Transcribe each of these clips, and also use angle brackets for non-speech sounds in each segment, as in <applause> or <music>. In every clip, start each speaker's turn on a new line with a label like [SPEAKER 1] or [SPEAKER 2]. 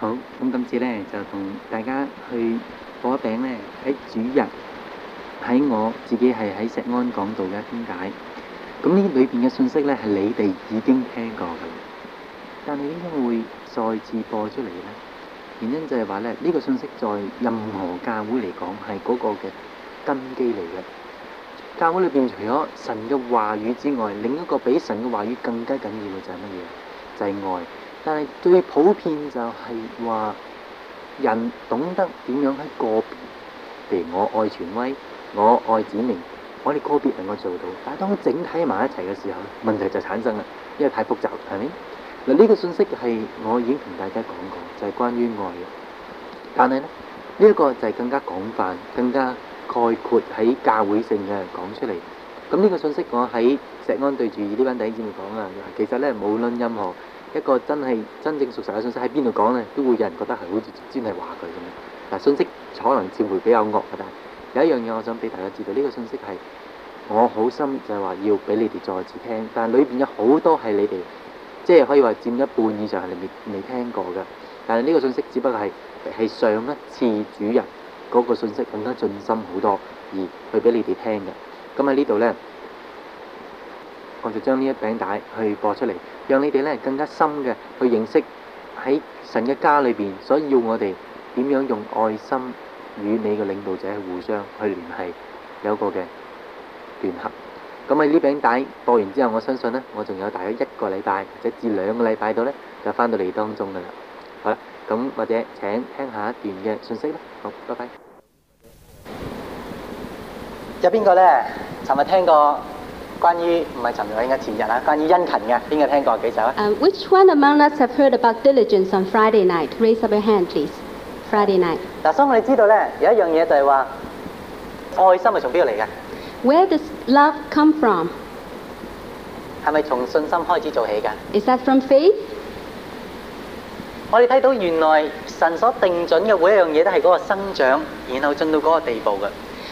[SPEAKER 1] 好，咁今次咧就同大家去火餅咧喺主日喺我自己係喺石安講道嘅點解？咁呢裏邊嘅信息咧係你哋已經聽過嘅，但係點解會再次播出嚟咧？原因就係話咧，呢、呢個信息在任何教會嚟講係嗰個嘅根基嚟嘅。教會裏邊除咗神嘅話語之外，另一個比神嘅話語更加緊要嘅就係乜嘢？就係愛，但係最普遍就係話人懂得點樣喺個別，譬如我愛權威，我愛指明，我哋個別能夠做到，但係當整體埋一齊嘅時候，問題就產生啦，因為太複雜，係咪？嗱，呢個信息係我已經同大家講過，就係、關於愛嘅，但係呢，呢、一個就係更加廣泛、更加概括喺教會性嘅講出嚟。咁呢個信息我喺石安對住呢班弟兄姊妹講啊，其實咧無論任何一個真係真正屬實嘅信息喺邊度講咧，都會有人覺得係好似專係話佢咁樣。嗱，信息可能似乎比較惡嘅，但係有一樣嘢我想俾大家知道，呢、個信息係我好心就係話要俾你哋再次聽，但係裏邊有好多係你哋即係可以話佔一半以上係你未未聽過嘅。但係呢個信息只不過係係上一次主日嗰個信息更加盡心好多，而去俾你哋聽嘅。咁喺呢度呢，我就將呢一餅帶去播出嚟，讓你哋呢更加深嘅去認識喺神嘅家裏邊，所以要我哋點樣用愛心與你嘅領導者互相去聯繫，有一個嘅聯合。咁喺呢餅帶播完之後，我相信呢，我仲有大約一個禮拜或者至兩個禮拜到呢，就翻到嚟當中噶啦。好啦，咁或者請聽下一段嘅信息啦。好，拜拜。
[SPEAKER 2] 有邊個咧？尋日聽過關於唔係尋日，應該前日啊，關於殷勤嘅，邊個聽過幾首啊？
[SPEAKER 3] Um, which one among us have heard about diligence on Friday night? Raise up your hand, please. Friday night.
[SPEAKER 2] 嗱，所以我哋知道咧，有一樣嘢就係話愛心係從邊度嚟嘅？
[SPEAKER 3] Where does love come from?
[SPEAKER 2] 係咪從信心開始做起㗎？
[SPEAKER 3] Is that from faith?
[SPEAKER 2] 我哋睇到原來神所定準嘅每一樣嘢都係嗰個生長，然後進到嗰個地步嘅。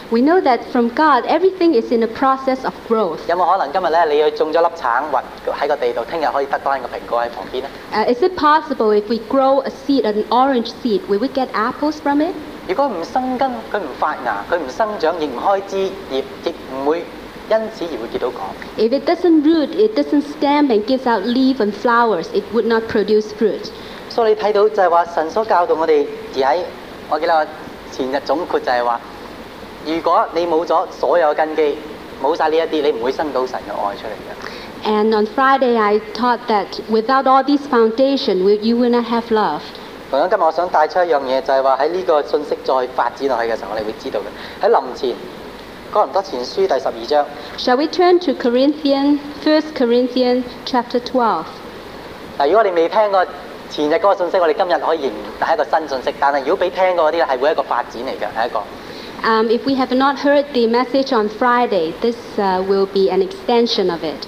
[SPEAKER 3] We know that from God, everything is in a process of growth.
[SPEAKER 2] 有冇可能今日咧你去種咗粒橙核喺個地度，聽日可以得翻個蘋果喺旁邊咧？
[SPEAKER 3] Uh, is it possible if we grow a seed, an orange seed, will we get apples from it?
[SPEAKER 2] 如果唔生根，佢唔發芽，佢唔生長，亦唔開枝葉，亦唔會因此而會結到果。
[SPEAKER 3] If it doesn't root, it doesn't stem and gives out leaf and flowers, it would not produce fruit.
[SPEAKER 2] 所以你睇到就係話神所教導我哋，而喺我記得我啊前日總括就係話，如果你冇咗所有根基，冇晒呢一啲，你唔會生到神嘅愛出嚟嘅。
[SPEAKER 3] And on Friday, I taught that without all these foundation, we- you will not have love.
[SPEAKER 2] 同樣今日啊我想帶出一樣嘢，就係話喺呢個信息再發展落去嘅時候，我哋會知道嘅。喺臨前哥林多前書第十二章，
[SPEAKER 3] Shall we turn to Corinthians, 1 Corinthians chapter 12?
[SPEAKER 2] 嗱如果我哋未聽過前日嗰個信息，我哋今日可以仍然係一個新信息，但係如果俾聽過嗰啲咧，係會一個發展嚟嘅，係一個。
[SPEAKER 3] Um, if we have not heard the message on Friday, this uh, will be an extension of it.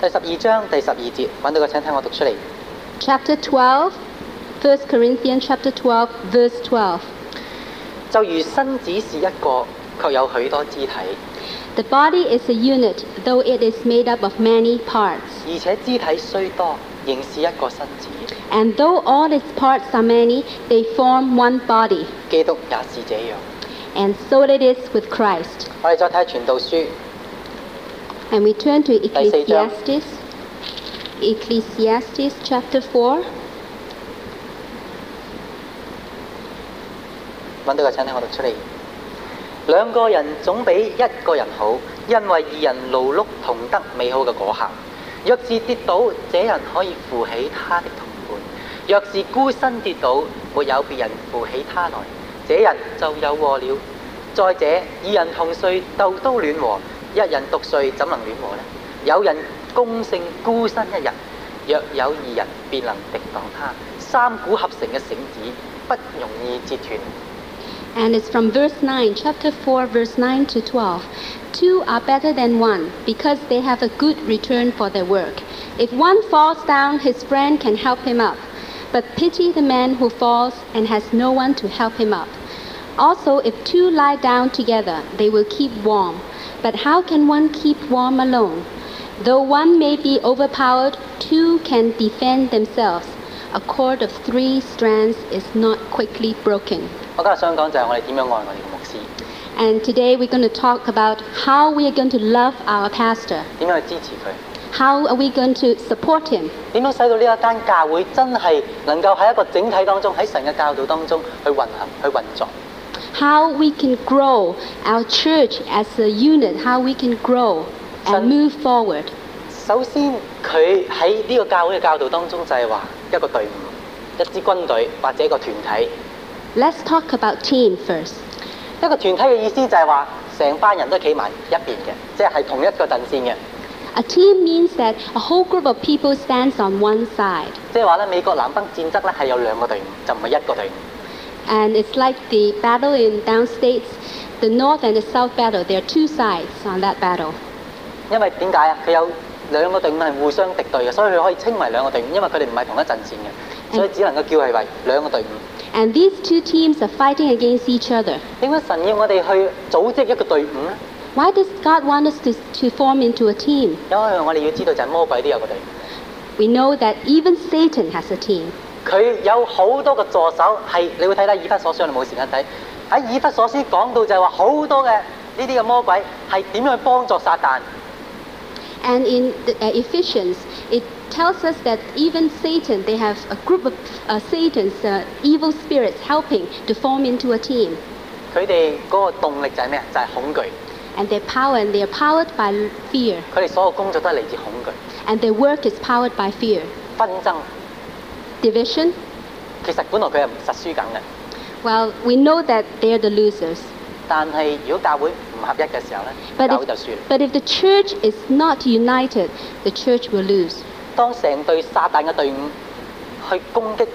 [SPEAKER 2] 第十二章第十二節，揾到個請聽我讀出嚟。
[SPEAKER 3] Chapter 12, 1 Corinthians chapter 12, verse 12.
[SPEAKER 2] 就如身子是一個，卻有許多肢體，
[SPEAKER 3] The body is a unit, though it is made up of many parts.
[SPEAKER 2] 而且肢體雖多，仍是一個身子。
[SPEAKER 3] And though all its parts are many, they form one body.
[SPEAKER 2] 基督也是這樣。
[SPEAKER 3] And so it is with Christ.
[SPEAKER 2] 我哋再睇傳道書
[SPEAKER 3] And we turn to
[SPEAKER 2] Tay xây cho.
[SPEAKER 3] Ecclesiastes. Ecclesiastes chapter 4.
[SPEAKER 2] 揾到個請聽我讀出嚟。兩個人總比一個人好，因為二人勞碌同得美好嘅果效。若是跌倒，這人可以扶起他的同伴；若是孤身跌倒，沒有別人扶起他來，這人就有禍了。再者，二人同睡，鬥都暖和；一人獨睡，怎能暖和呢？有人公性孤身一人，若有二人，便能敵擋他。三股合成嘅繩子，不容易折斷。
[SPEAKER 3] And it's from verse 9, chapter 4, verse 9 to 12. Two are better than one, because they have a good return for their work. If one falls down, his friend can help him up. But pity the man who falls and has no one to help him up. Also, if two lie down together, they will keep warm. But how can one keep warm alone? Though one may be overpowered, two can defend themselves. A cord of three strands is not quickly broken.
[SPEAKER 2] 我今日想講就係我哋點樣愛我哋嘅牧師，
[SPEAKER 3] And today we're going to talk about how we are going to love our pastor.
[SPEAKER 2] 點樣去支持佢，
[SPEAKER 3] How are we going to support him?
[SPEAKER 2] 點樣使到呢一間教會真係能夠喺一個整體當中，喺神嘅教導當中去運行、去運作。
[SPEAKER 3] How we can grow our church as a unit, how we can grow and
[SPEAKER 2] Son-
[SPEAKER 3] move forward.
[SPEAKER 2] 首先，佢喺呢個教會嘅教導當中就係話一個隊伍、一支軍隊或者一個團體。
[SPEAKER 3] Let's talk about team first.
[SPEAKER 2] 一個團體嘅意思就係話成班人都企埋一邊嘅，即係係同一個陣線嘅。
[SPEAKER 3] A team means that a whole group of people stands on one side.
[SPEAKER 2] 即係話咧，美國南北戰爭咧係有兩個隊伍，就唔係一個隊伍。
[SPEAKER 3] And it's like the battle in downstates, the north and the south battle. There are two sides on that battle.
[SPEAKER 2] 因為點解啊？佢有兩個隊伍係互相敵對嘅，所以佢可以稱為兩個隊伍，因為佢哋唔係同一陣線嘅，所以只能夠叫係為兩個隊伍。
[SPEAKER 3] And these two teams are fighting against each other.
[SPEAKER 2] 點解神要我哋去組織一個隊伍咧？
[SPEAKER 3] Why does God want us to, to form into a team?
[SPEAKER 2] 因為我哋要知道就係魔鬼都有個隊伍。
[SPEAKER 3] We know that even Satan has a team.
[SPEAKER 2] 佢有好多個助手，係你會睇睇以弗所書，我哋冇時間睇。喺以弗所書講到就係話好多嘅呢啲嘅魔鬼係點樣去幫助撒旦，
[SPEAKER 3] And in the, uh, Ephesians, it tells us that even Satan, they have a group of uh, Satan's uh, evil spirits helping to form into a team.
[SPEAKER 2] 佢哋嗰個動力就係咩啊？就係、恐懼，
[SPEAKER 3] And their power, and they are powered by fear.
[SPEAKER 2] 佢哋所有工作都係嚟自恐懼、
[SPEAKER 3] And their work is powered by fear.
[SPEAKER 2] 紛爭。
[SPEAKER 3] Division,
[SPEAKER 2] 其實本來佢係實輸緊嘅，
[SPEAKER 3] well, we know that they're the losers.
[SPEAKER 2] 但係如果教會唔合一嘅時候咧，
[SPEAKER 3] But
[SPEAKER 2] 教會就輸
[SPEAKER 3] if,
[SPEAKER 2] 啦。
[SPEAKER 3] but if the church is not united, the church will lose.
[SPEAKER 2] 當成隊撒旦嘅隊伍去攻擊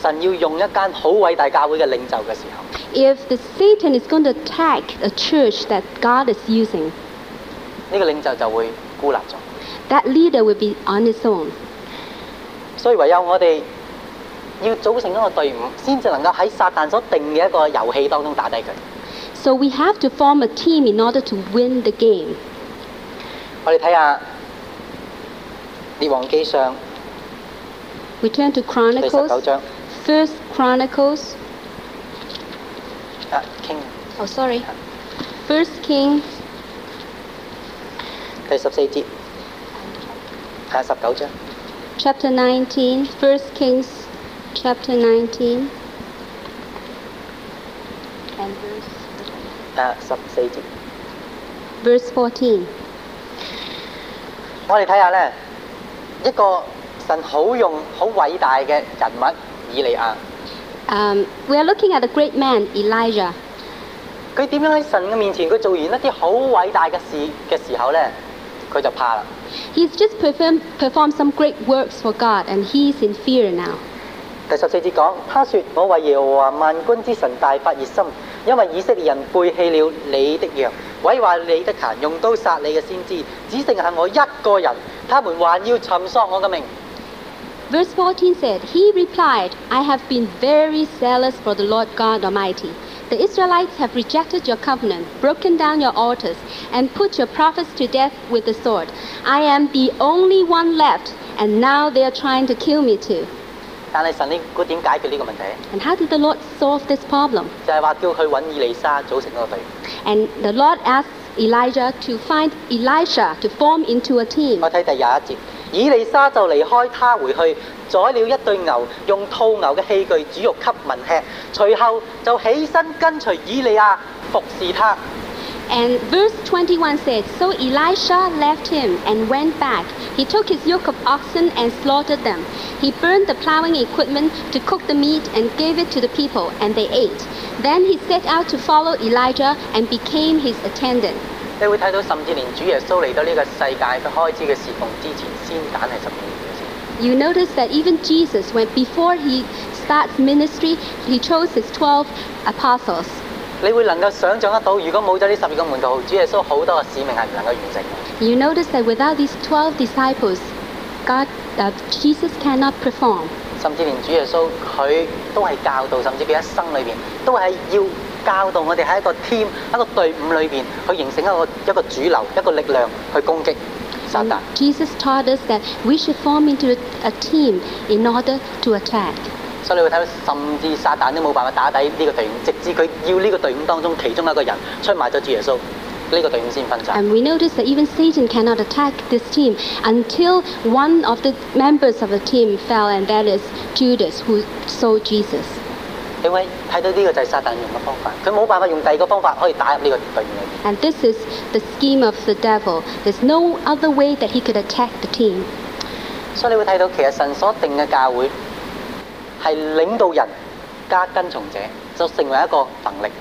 [SPEAKER 2] 神，要用一間好偉大教會嘅領袖嘅時候，
[SPEAKER 3] If the Satan is going to attack a church that God is using,
[SPEAKER 2] 呢、個領袖就會孤立咗。
[SPEAKER 3] that leader will be on his own.
[SPEAKER 2] 所以唯有我哋要組成一個隊伍，先至能夠喺撒旦所定嘅一個遊戲當中打低佢。
[SPEAKER 3] So we have to form a team in order to win the game.
[SPEAKER 2] 我哋睇下《列王記上》
[SPEAKER 3] We turn to
[SPEAKER 2] 第十九
[SPEAKER 3] Chronicles,
[SPEAKER 2] 章
[SPEAKER 3] First Chronicles.
[SPEAKER 2] 啊，傾
[SPEAKER 3] Oh, sorry. First Kings
[SPEAKER 2] 第十四節啊，十九章
[SPEAKER 3] chapter 19. First Kings chapter 19. And verse,
[SPEAKER 2] 啊，十四節。
[SPEAKER 3] verse 14.
[SPEAKER 2] 我哋睇下咧，一個神好用、好偉大嘅人物以利亞，
[SPEAKER 3] Um, we are looking at a great man, Elijah.
[SPEAKER 2] 佢點樣喺神嘅面前，佢做完一啲好偉大嘅事嘅時候咧，佢就怕啦。
[SPEAKER 3] He's just perform, performed some great works for God and he's in fear now.
[SPEAKER 2] 第十四節講，他說：我為耶和華萬軍之神大發熱心，因為以色列人背棄了你的羊，毀壞你的壇，用刀殺你嘅先知，只剩下我一個人，他們還要尋索我嘅命。
[SPEAKER 3] Verse 14 said, He replied, I have been very zealous for the Lord God Almighty. The Israelites have rejected your covenant, broken down your altars, and put your prophets to death with the sword. I am the only one left, and now they are trying to kill me too.
[SPEAKER 2] 但係神呢，佢點解決呢個問題咧？
[SPEAKER 3] And how did the Lord solve this problem?
[SPEAKER 2] 就係、話叫佢揾以利沙組成一個隊伍。
[SPEAKER 3] And the Lord asked Elijah to find Elisha to form into a team.
[SPEAKER 2] 我睇第廿一節，以利沙就離開他回去，宰了一對牛，用套牛嘅器具煮肉給民吃。隨後就起身跟隨以利亞服侍他。
[SPEAKER 3] And verse 21 said, So Elisha left him and went back. He took his yoke of oxen and slaughtered them. He burned the plowing equipment to cook the meat and gave it to the people, and they ate. Then he set out to follow Elijah and became his attendant.
[SPEAKER 2] 你會睇到，甚至連主耶穌嚟到呢個世界，佢開始嘅侍奉之前，先揀係十二條先。
[SPEAKER 3] You notice that even Jesus, when before he starts ministry, he chose his 12 apostles.
[SPEAKER 2] 你會能夠想像得到，如果冇咗呢十二個門徒，主耶穌好多嘅使命係唔能夠完成嘅。
[SPEAKER 3] You notice that without these 12 disciples, God, uh, Jesus cannot perform.
[SPEAKER 2] 甚至連主耶穌佢都係教導，甚至佢一生裏邊都係要教導我哋喺一個 team、一個隊伍裏邊去形成一個一個主流、一個力量去攻擊。撒旦。
[SPEAKER 3] Jesus taught us that we should form into a- a team in order to attack.
[SPEAKER 2] 所以你會睇到，甚至撒旦都冇辦法打底呢個隊伍，直至佢要呢個隊伍當中其中一個人出賣咗主耶穌，呢、個隊伍先分散。
[SPEAKER 3] And we notice that even Satan cannot attack this team until one of the members of the team fell, and that is Judas, who sold Jesus.
[SPEAKER 2] 你會睇到呢個就係撒旦用嘅方法，佢冇辦法用第二個方法可以打入呢個隊伍裏
[SPEAKER 3] And
[SPEAKER 2] 面。
[SPEAKER 3] this is the scheme of the devil. There's no other way that he could attack the team.
[SPEAKER 2] 所以你會睇到，其實神所定嘅教會係領導人加跟從者，就成為一個能力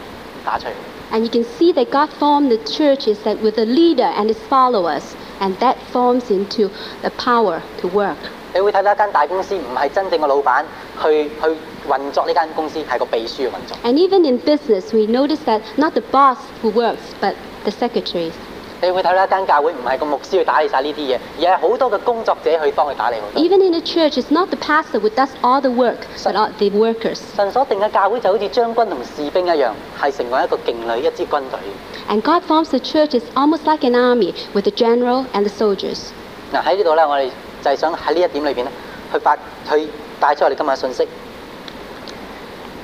[SPEAKER 2] 打出嚟。
[SPEAKER 3] And you can see that God formed the church is that with a leader and his followers, and that forms into the power to work.
[SPEAKER 2] 你會睇到一間大公司唔係真正嘅老闆去去運作呢間公司，係個秘書嘅運作。
[SPEAKER 3] And even in business, we notice that not the boss who works, but the secretaries.
[SPEAKER 2] 你會睇到一間教會唔係個牧師去打理晒呢啲嘢，而係好多嘅工作者去幫佢打理好多。
[SPEAKER 3] Even in the church, it's not the pastor who does all the work, but all the workers.
[SPEAKER 2] 神所定嘅教會就好似將軍同士兵一樣，係成為一個勁旅、一支軍隊。
[SPEAKER 3] And God forms the church is almost like an army with the general and the soldiers.
[SPEAKER 2] 嗱喺呢度咧，我哋就係想喺呢一點裏邊咧，去發去帶出我哋今日嘅信息。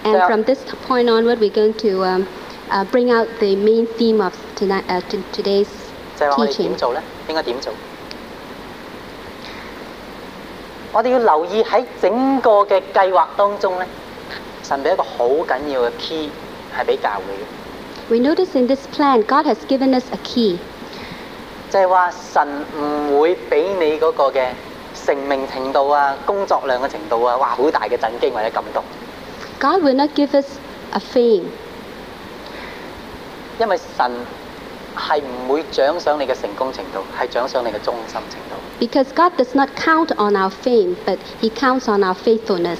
[SPEAKER 3] And
[SPEAKER 2] Yeah.
[SPEAKER 3] from this point onward, we're going to um, uh, bring out the main theme of tonight, uh, t- today's
[SPEAKER 2] 就係話我哋
[SPEAKER 3] teaching.
[SPEAKER 2] 點做咧？應該點做？我哋要留意喺整個嘅計劃當中咧，神俾一個好緊要嘅 key 係俾教會嘅，
[SPEAKER 3] We notice in this plan, God has given us a key.
[SPEAKER 2] 就係話神唔會俾你嗰個嘅成名程度啊、工作量嘅程度啊，哇好大嘅震驚或者感動，
[SPEAKER 3] God will not give us a fame
[SPEAKER 2] 因為神係唔會獎賞你嘅成功程度，係獎賞你嘅忠心程度。
[SPEAKER 3] because God does not count on our fame, but He counts on our faithfulness.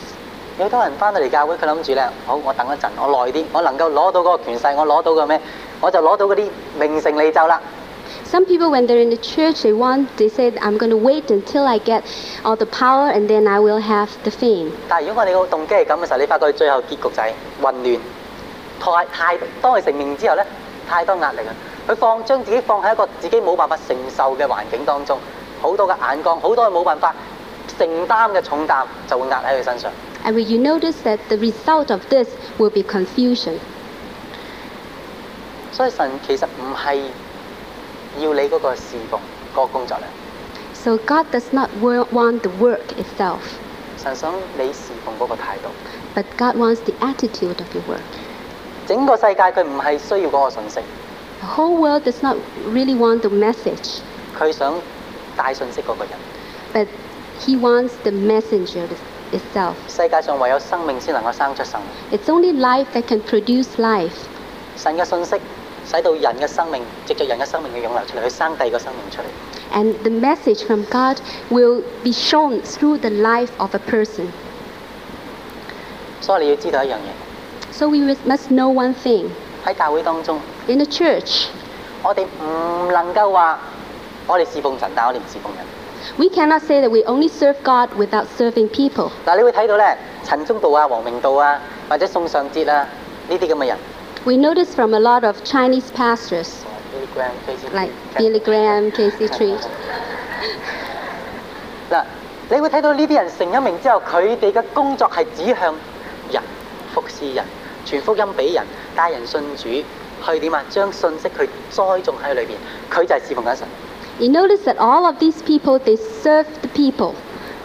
[SPEAKER 2] 有好多人翻到嚟教會，佢諗住咧，好，我等一陣，我耐啲，我能夠攞到嗰個權勢，我攞到個咩，我就攞到嗰啲名成利就啦。
[SPEAKER 3] Some people, when they're in the church, they want, they say, I'm going to wait until I get all the power and then I will have the fame.
[SPEAKER 2] 但係如果我哋個動機係咁嘅時候，你發覺最後結局就係混亂，太太當佢成名之後咧，太多壓力啦。佢放將自己放喺一個自己冇辦法承受嘅環境當中，好多嘅眼光，好多冇辦法承擔嘅重擔，就會壓喺佢身上。
[SPEAKER 3] And when you notice that the result of this will be confusion.
[SPEAKER 2] 所以神其實唔係要你嗰個侍奉、嗰、個工作量。
[SPEAKER 3] So God does not wa- want the work itself,
[SPEAKER 2] 神想你侍奉嗰個態度。
[SPEAKER 3] but God wants the attitude of your work.
[SPEAKER 2] 整個世界佢唔係需要嗰個信息，
[SPEAKER 3] The whole world does not really want the message,
[SPEAKER 2] 佢想帶信息嗰個人。
[SPEAKER 3] but He wants the messenger it- itself.
[SPEAKER 2] 世界上唯有生命先能夠生出生命。
[SPEAKER 3] It's only life that can produce life.
[SPEAKER 2] 神嘅信息使到人嘅生命，藉着人嘅生命嘅湧流出嚟，去生第二個生命出嚟。
[SPEAKER 3] And the message from God will be shown through the life of a person.
[SPEAKER 2] 所以你要知道一樣嘢，
[SPEAKER 3] So we must- must know one thing.
[SPEAKER 2] 喺教會當中，
[SPEAKER 3] In the church,
[SPEAKER 2] 我哋唔能夠話我哋侍奉神，但我哋唔侍奉人。
[SPEAKER 3] we cannot say that we only serve God without serving people.
[SPEAKER 2] 嗱，你會睇到咧，陳忠道啊、黃明道啊，或者宋尚節啊呢啲咁嘅人
[SPEAKER 3] We notice from a lot of Chinese pastors
[SPEAKER 2] ，Billy Graham、Tracy
[SPEAKER 3] like
[SPEAKER 2] Chapman
[SPEAKER 3] Billy Graham, Casey Treat.
[SPEAKER 2] 嗱，你會睇到呢啲人成咗名之後，佢哋嘅工作係指向人、服侍人、傳福音俾人、帶人信主，去點啊？將信息去栽種喺裏邊，佢就係侍奉緊神。
[SPEAKER 3] You notice that all of these people, they serve the people.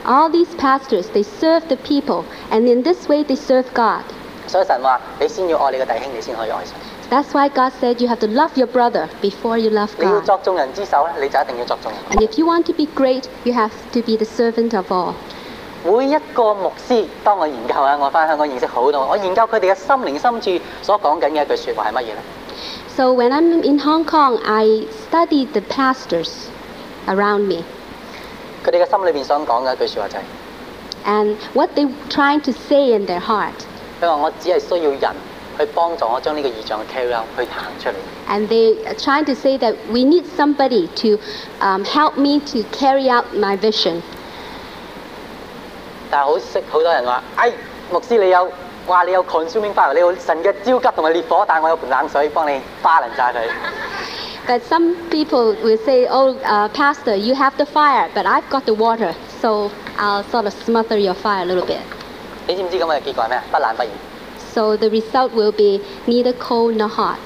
[SPEAKER 3] All these pastors, they serve the people. And in this way, they serve God.
[SPEAKER 2] 所以神話：你先要愛你嘅弟兄，你先可以愛神。
[SPEAKER 3] That's why God said you have to love your brother before you love
[SPEAKER 2] 你要
[SPEAKER 3] God.
[SPEAKER 2] 作眾人之首咧，你就一定要作眾人。
[SPEAKER 3] And if you want to be great, you have to be the servant of all.
[SPEAKER 2] 每一個牧師，當我研究啊，我翻香港認識好多，我研究佢哋嘅心靈深處所講緊嘅一句説話係乜嘢咧？
[SPEAKER 3] So when I'm in Hong Kong, I study the pastors around me.
[SPEAKER 2] 佢哋嘅心裏邊想講嘅一句説話就係、
[SPEAKER 3] and what they're trying to say in their heart.
[SPEAKER 2] 佢話我只係需要人去幫助我將呢個異象嘅 carry out 去行出嚟。
[SPEAKER 3] And they are trying to say that we need somebody to um, help me to carry out my vision.
[SPEAKER 2] 但係好識好多人話：，哎，牧師你有話你有 consuming fire，你有神嘅焦急同埋烈火，但係我有盆冷水幫你巴 a 晒佢。
[SPEAKER 3] But some people will say, "Oh, uh, pastor, you have the fire, but I've got the water, so I'll sort of smother your fire a little bit."
[SPEAKER 2] <laughs> 你知唔知咁嘅結果係咩啊？不冷不熱。
[SPEAKER 3] So the result will be neither cold nor hot.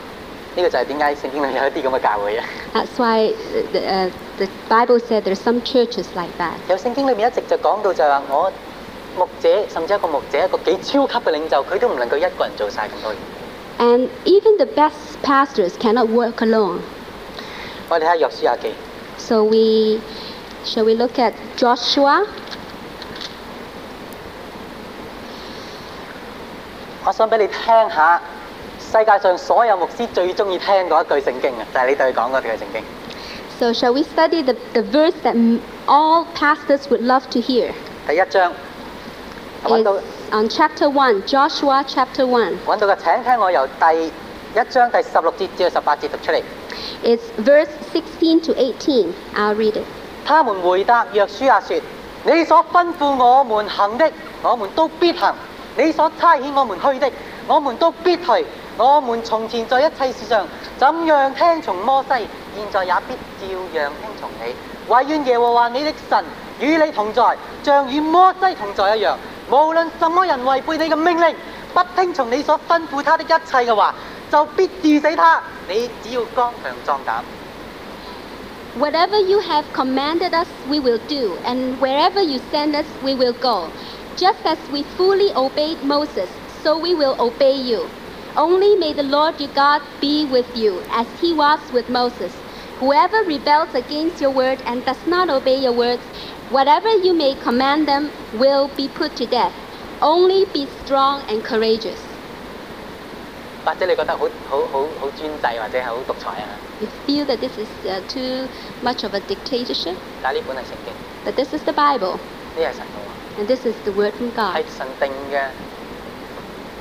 [SPEAKER 2] 呢個就係點解聖經裏有一啲咁嘅教會啊！
[SPEAKER 3] That's why uh, the, uh, the Bible said there's some churches like that.
[SPEAKER 2] 有聖經裏面一直就講到就係話我牧者，甚至一個牧者一個幾超級嘅領袖，佢都唔能夠一個人做晒咁多嘢。
[SPEAKER 3] And even the best pastors cannot work alone.
[SPEAKER 2] 我哋睇下約書亞記，
[SPEAKER 3] So we shall we look at Joshua?
[SPEAKER 2] 我想俾你聽下世界上所有牧師最中意聽嗰一句聖經啊，就係、你對佢講嗰句聖經。
[SPEAKER 3] So shall we study the, the verse that m- all pastors would love to hear?
[SPEAKER 2] 第一章揾
[SPEAKER 3] It's
[SPEAKER 2] 到
[SPEAKER 3] on chapter 1, Joshua chapter 1.
[SPEAKER 2] 揾到嘅，請聽我由第一章第十六節至到十八節讀出嚟。
[SPEAKER 3] It's verse 16 to 18. I'll read it.
[SPEAKER 2] 他們回答約書亞說：你所吩咐我們行的，我們都必行；你所差遣我們去的，我們都必去。我們從前在一切事上怎樣聽從摩西，現在也必照樣聽從你。惟願耶和華你的神與你同在，像與摩西同在一樣。無論什麼人違背你嘅命令，不聽從你所吩咐他的一切嘅話，就必治死他。你只要剛強壯膽。
[SPEAKER 3] Whatever you have commanded us, we will do, and wherever you send us, we will go. Just as we fully obeyed Moses, so we will obey you. Only may the Lord your God be with you, as he was with Moses. Whoever rebels against your word and does not obey your words, whatever you may command them, will be put to death. Only be strong and courageous.
[SPEAKER 2] 或者你覺得好好好好專制或者係好獨裁啊，
[SPEAKER 3] You feel that this is uh, too much of a dictatorship,
[SPEAKER 2] 但係呢本係聖經，
[SPEAKER 3] but this is the Bible,
[SPEAKER 2] 呢係神嘅
[SPEAKER 3] and this is the word from
[SPEAKER 2] 話，
[SPEAKER 3] God.
[SPEAKER 2] 係神定嘅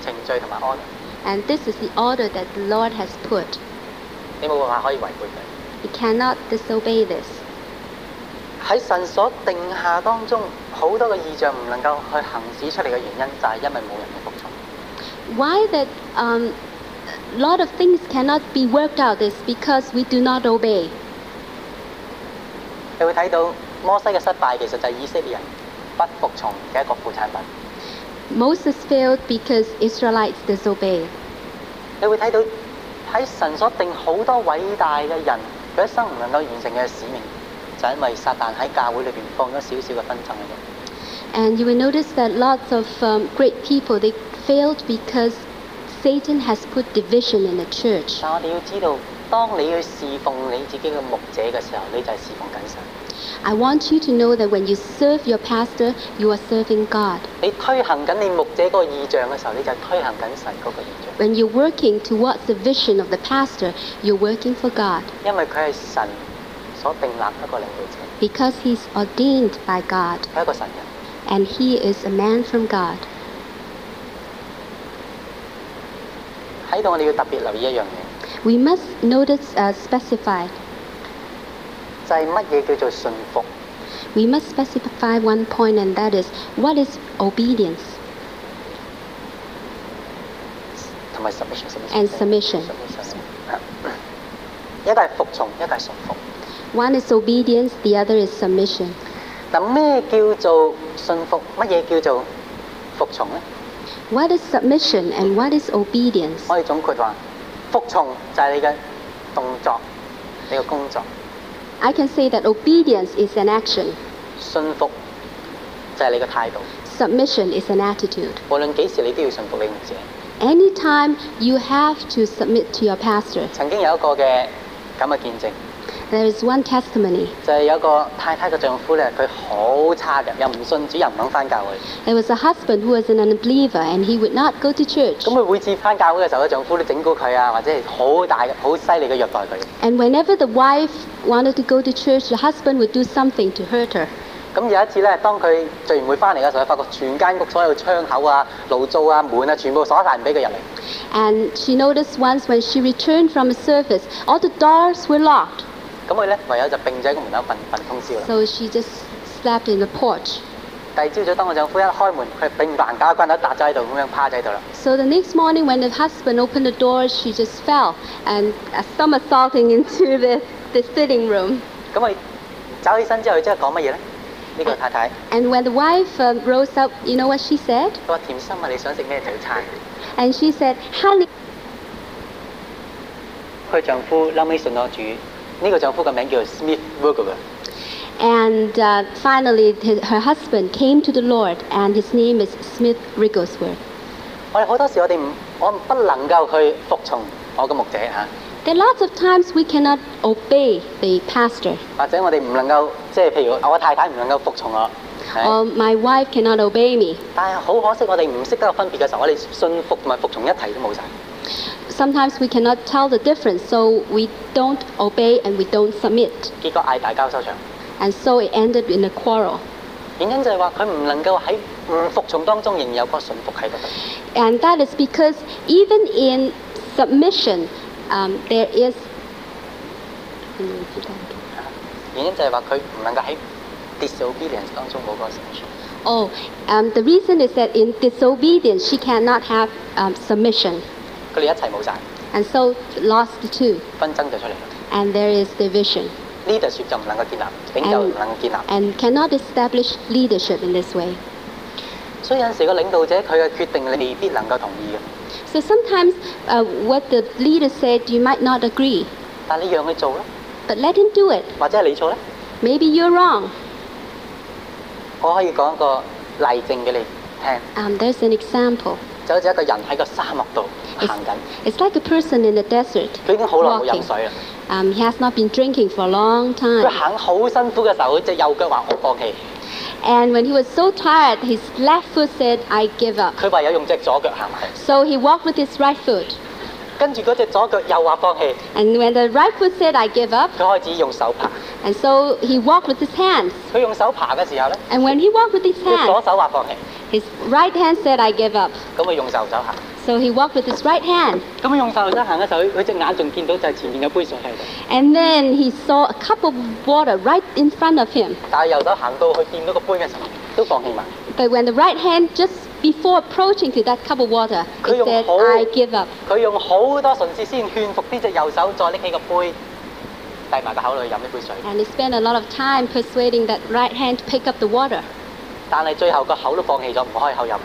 [SPEAKER 2] 程序同埋安排，
[SPEAKER 3] And this is the order that the Lord has put.
[SPEAKER 2] 你冇辦法可以違背佢。
[SPEAKER 3] You cannot disobey this.
[SPEAKER 2] 喺神所定下當中，好多嘅意象唔能夠去行使出嚟嘅原因，就係因為冇人去服從。
[SPEAKER 3] Why that um, a lot of things cannot be worked out is because we do not obey.
[SPEAKER 2] 你會睇到摩西嘅失敗，其實就係以色列人不服從嘅一個副產品。
[SPEAKER 3] Moses failed because Israelites disobeyed.
[SPEAKER 2] 你會睇到喺神所定好多偉大嘅人，佢一生唔能夠完成嘅使命，就係因為撒旦喺教會裏邊放咗少少嘅紛爭喺度。
[SPEAKER 3] And you will notice that lots of um, great people they failed because Satan has put division in the church.
[SPEAKER 2] 但我哋要知道，當你去侍奉你自己嘅牧者嘅時候，你就係侍奉緊神。
[SPEAKER 3] I want you to know that when you serve your pastor, you are serving God.
[SPEAKER 2] 你推行緊你牧者嗰個意象嘅時候，你就係推行緊神嗰個意象，
[SPEAKER 3] When you're working towards the vision of the pastor, you're working for God.
[SPEAKER 2] 因為佢係神所定立一個領導者，
[SPEAKER 3] because he's ordained by God
[SPEAKER 2] 佢係一個神人。
[SPEAKER 3] and he is a man from God.
[SPEAKER 2] 喺度我哋要特別留意一樣嘢，
[SPEAKER 3] We must notice, uh, specify,
[SPEAKER 2] 就係乜嘢叫做信服？
[SPEAKER 3] we must specify one point, and that is what is obedience
[SPEAKER 2] 同埋 submission submission
[SPEAKER 3] and submission.
[SPEAKER 2] submission 一個係服從，一個係信服。
[SPEAKER 3] One is obedience, the other is submission.
[SPEAKER 2] 嗱，咩叫做信服？乜嘢叫做服從呢？
[SPEAKER 3] What is submission and what is obedience?
[SPEAKER 2] 我哋總括話，服從就係你嘅動作，你嘅工作；
[SPEAKER 3] I can say that obedience is an action,
[SPEAKER 2] 信服就係你嘅態度。
[SPEAKER 3] submission is an attitude.
[SPEAKER 2] 無論幾時你都要信服你牧者。
[SPEAKER 3] Anytime you have to submit to your pastor,
[SPEAKER 2] 曾經有一個嘅咁嘅見證，
[SPEAKER 3] there is one testimony.
[SPEAKER 2] 就係、有一個太太嘅丈夫咧，佢好差嘅，又唔信主，又唔肯翻教會。
[SPEAKER 3] There was a husband who was an unbeliever and he would not go to church.
[SPEAKER 2] 咁佢每次翻教會嘅時候咧，丈夫都整蠱佢啊，或者係好大嘅、好犀利嘅虐待佢。
[SPEAKER 3] And whenever the wife wanted to go to church, the husband would do something to hurt her.
[SPEAKER 2] 咁有一次咧，當佢聚完會翻嚟嘅時候，佢發覺全間屋所有窗口啊、爐灶啊、門啊，全部鎖晒，唔俾佢入嚟。
[SPEAKER 3] And she noticed once when she returned from a service, all the doors were locked.
[SPEAKER 2] 咁佢咧唯有就並咗喺個門口瞓瞓通宵啦。
[SPEAKER 3] So she just slept in the porch.
[SPEAKER 2] 第二朝早，當我丈夫一開門，佢並扮假棍喺笪咗喺度，咁樣趴咗喺度啦。
[SPEAKER 3] So the next morning, when the husband opened the door, she just fell and uh, somersaulting <laughs> into the, the sitting room.
[SPEAKER 2] 咁佢走起身之後，佢即係講乜嘢咧？呢個太太，
[SPEAKER 3] And when the wife um, rose up, you know what she said?
[SPEAKER 2] 佢話甜心啊，你想食咩早餐？
[SPEAKER 3] And she said, Honey.
[SPEAKER 2] 佢丈夫後尾信咗主，呢、個丈夫嘅名叫做 Smith Wigglesworth。
[SPEAKER 3] And uh, finally, his, her husband came to the Lord, and his name is Smith Rigglesworth.
[SPEAKER 2] 我哋好多時我哋唔，我不能夠去服從我嘅牧者嚇，
[SPEAKER 3] There are lots of times we cannot obey the pastor,
[SPEAKER 2] 或者我哋唔能夠即係譬如我太太唔能夠服從我。係
[SPEAKER 3] or my wife cannot obey me.
[SPEAKER 2] 但係好可惜，我哋唔識得分別嘅時候，我哋信服同埋服從一體都冇晒。
[SPEAKER 3] Sometimes we cannot tell the difference, so we don't obey and we don't submit.
[SPEAKER 2] 結果嗌大交收場。
[SPEAKER 3] And so it ended in a quarrel.
[SPEAKER 2] 原因就係話佢唔能夠喺唔服從當中仍然有個信服喺度。
[SPEAKER 3] And that is because even in submission, um, there is. Can you repeat that again?
[SPEAKER 2] 原因就係話佢唔能夠喺 disobedience 當中冇個成全。
[SPEAKER 3] Oh, um, the reason is that in disobedience, she cannot have um, submission.
[SPEAKER 2] 佢哋一齊冇晒，
[SPEAKER 3] And so lost the two,
[SPEAKER 2] 紛爭就出嚟啦。
[SPEAKER 3] and there is division.
[SPEAKER 2] leadership 就唔能夠建立，領袖唔能夠建立。
[SPEAKER 3] and cannot establish leadership in this way.
[SPEAKER 2] 所以有陣時個領導者佢嘅決定你未必能夠同意嘅，
[SPEAKER 3] So sometimes uh, what the leader said, you might not agree,
[SPEAKER 2] 但係你讓佢做啦，
[SPEAKER 3] but let him do it.
[SPEAKER 2] 或者係你做咧。
[SPEAKER 3] Maybe you're wrong.
[SPEAKER 2] 我可以講一個例證俾你聽，
[SPEAKER 3] Um, there's an example.
[SPEAKER 2] 就好似一個人喺個沙漠度行緊，
[SPEAKER 3] It's like a person in the desert
[SPEAKER 2] 佢已經好耐冇飲
[SPEAKER 3] walking.
[SPEAKER 2] 水啦。
[SPEAKER 3] Um, he has not been drinking for a long <laughs>
[SPEAKER 2] 佢
[SPEAKER 3] time.
[SPEAKER 2] 行好辛苦嘅時候，佢隻右腳話我放棄，
[SPEAKER 3] And when he was so tired, his left foot said, I give up.
[SPEAKER 2] 佢唯有用隻左腳行埋去。
[SPEAKER 3] So he walked with his right foot.
[SPEAKER 2] 跟住嗰隻左腳又話放棄，
[SPEAKER 3] And when the right foot said, I give up,
[SPEAKER 2] 佢開始用手爬。
[SPEAKER 3] and so he walked with his hands.
[SPEAKER 2] 佢用手爬嘅時候咧，
[SPEAKER 3] And when he walked with his
[SPEAKER 2] 佢左
[SPEAKER 3] hands,
[SPEAKER 2] 手話放棄，
[SPEAKER 3] his right hand said, I give up.
[SPEAKER 2] 咁佢用右手行。
[SPEAKER 3] So he walked with his right hand.
[SPEAKER 2] 咁佢用右手行嘅時候，佢佢隻眼仲見到就係前面有杯水喺度，
[SPEAKER 3] And then he saw a cup of water right in front of him.
[SPEAKER 2] 但係右手行到去掂到個杯嘅時候，都放棄埋。
[SPEAKER 3] But when the right hand, just before approaching to that cup of water, it said, I give up.
[SPEAKER 2] 佢用好多唇舌先勸服呢隻右手，再拎起個杯，遞埋個口裏飲呢杯水。
[SPEAKER 3] And he spent a lot of time persuading that right hand to pick up the water.
[SPEAKER 2] 但係最後個口都放棄咗，唔開口飲，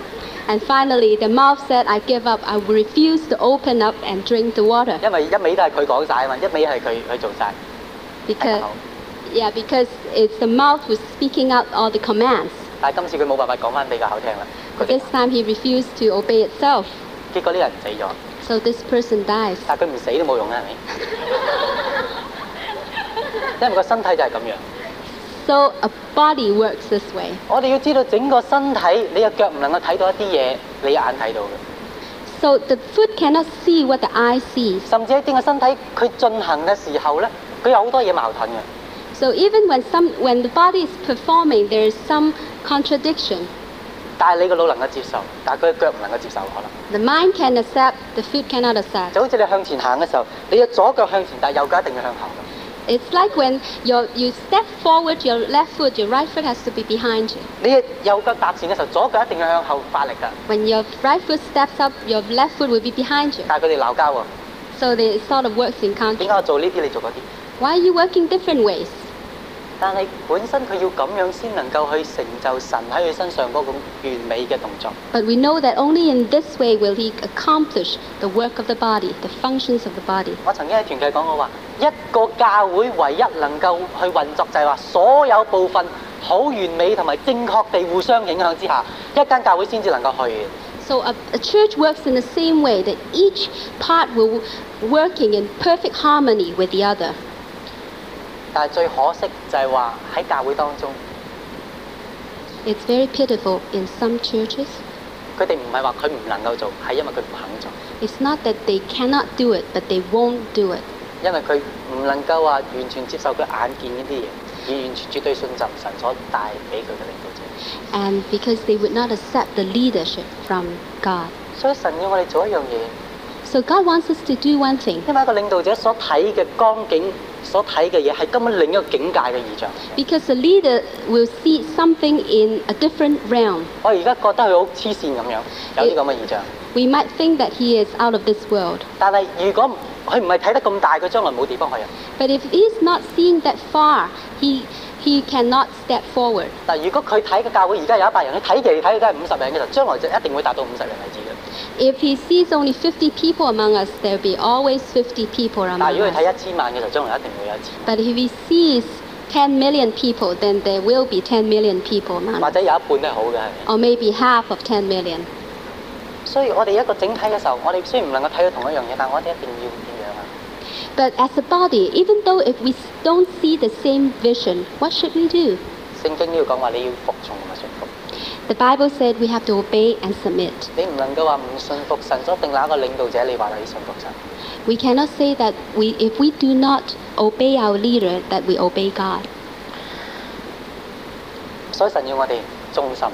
[SPEAKER 3] And finally, the mouth said, I give up. I will refuse to open up and drink the water.
[SPEAKER 2] 因為一味都係佢講晒啊嘛，一味係佢佢做晒。
[SPEAKER 3] Because,
[SPEAKER 2] 口。
[SPEAKER 3] yeah, because it's the mouth who's speaking out all the commands.
[SPEAKER 2] 但係今次佢冇辦法講翻俾個口聽啦。佢
[SPEAKER 3] But
[SPEAKER 2] 哋
[SPEAKER 3] this time he refused to obey itself.
[SPEAKER 2] 結果呢人死咗，
[SPEAKER 3] So this person dies.
[SPEAKER 2] 但係佢唔死都冇用啦，係咪？ <laughs> 因為個身體就係咁樣。
[SPEAKER 3] So a body works this way.
[SPEAKER 2] 我哋要知道整個身體，你嘅腳唔能夠睇到一啲嘢，你眼睇到嘅，
[SPEAKER 3] So the foot cannot see what the eye sees.
[SPEAKER 2] 甚至喺整個身體佢進行嘅時候咧，佢有好多嘢矛盾嘅。
[SPEAKER 3] So even when some when the body is performing, there is some contradiction.
[SPEAKER 2] 但係你個腦能夠接受，但係佢嘅腳唔能夠接受可能。
[SPEAKER 3] The mind can accept, the foot cannot accept.
[SPEAKER 2] 就好似你向前行嘅時候，你嘅左腳向前，但係右腳一定要向後。
[SPEAKER 3] It's like when your you step forward, your left foot, your right foot has to be behind you.
[SPEAKER 2] 你嘅右腳踏前嘅時候，左腳一定要向後發力㗎。
[SPEAKER 3] When your right foot steps up, your left foot will be behind you.
[SPEAKER 2] 但係佢哋鬧交喎，
[SPEAKER 3] So they it sort of works in
[SPEAKER 2] 點
[SPEAKER 3] conflict.
[SPEAKER 2] 解我做呢啲你做嗰啲？
[SPEAKER 3] Why are you working different ways?
[SPEAKER 2] 但係本身佢要咁樣先能夠去成就神喺佢身上嗰種完美嘅動作。
[SPEAKER 3] But we know that only in this way will he accomplish the work of the body, the functions of the body.
[SPEAKER 2] 我曾經喺團契講過話，一個教會唯一能夠去運作就係話，所有部分好完美同埋正確地互相影響之下，一間教會先至能夠去。
[SPEAKER 3] So a, a church works in the same way that each part will working in perfect harmony with the other.
[SPEAKER 2] 但係最可惜就係話喺教會當中，
[SPEAKER 3] It's very pitiful in some churches.
[SPEAKER 2] 佢哋唔係話佢唔能夠做，係因為佢唔肯做，
[SPEAKER 3] It's not that they cannot do it, but they won't do it
[SPEAKER 2] 因為佢唔能夠話完全接受佢眼見呢啲嘢，而完全絕對信任神所帶俾佢嘅領導者。
[SPEAKER 3] and because they would not accept the leadership from God.
[SPEAKER 2] 所以神要我哋做一樣嘢，
[SPEAKER 3] So God wants us to do one thing
[SPEAKER 2] 因為一個領導者所睇嘅光景，所睇嘅嘢係根本另一個境界嘅異象。
[SPEAKER 3] because the leader will see something in a different realm.
[SPEAKER 2] 我而家覺得佢好黐線咁樣，有啲咁嘅異象。
[SPEAKER 3] We might think that he is out of this world,
[SPEAKER 2] 但係如果佢唔係睇得咁大，佢將來冇地方去啊。
[SPEAKER 3] but if he is not seeing that far, he he cannot step forward.
[SPEAKER 2] 但如果佢睇嘅教會而家有一百人，佢睇嘅睇嘅都係五十人嘅時候，將來就一定會達到五十人為止嘅。
[SPEAKER 3] If he sees only 50 people among us, there will be always 50 people
[SPEAKER 2] 但係
[SPEAKER 3] among
[SPEAKER 2] 如果佢
[SPEAKER 3] us.
[SPEAKER 2] 睇一千萬嘅時候，將來一定會有一千萬，
[SPEAKER 3] But if he sees 10 million people, then there will be 10 million people among
[SPEAKER 2] 或
[SPEAKER 3] us,
[SPEAKER 2] 者有一半都係好嘅，係咪？
[SPEAKER 3] or maybe half of 10 million.
[SPEAKER 2] 所以我哋一個整體嘅時候，我哋雖然唔能夠睇到同一樣嘢，但我哋一定要點樣啊？
[SPEAKER 3] But as a body, even though if we don't see the same vision, what should we do?
[SPEAKER 2] 聖經呢度講話你要服從同埋信服，
[SPEAKER 3] The Bible said we have to obey and submit.
[SPEAKER 2] 你唔能夠話唔信服神所定立一個領導者，你話你信服神。
[SPEAKER 3] We cannot say that we, if we do not obey our leader, that we obey God.
[SPEAKER 2] 所以神要我哋忠心，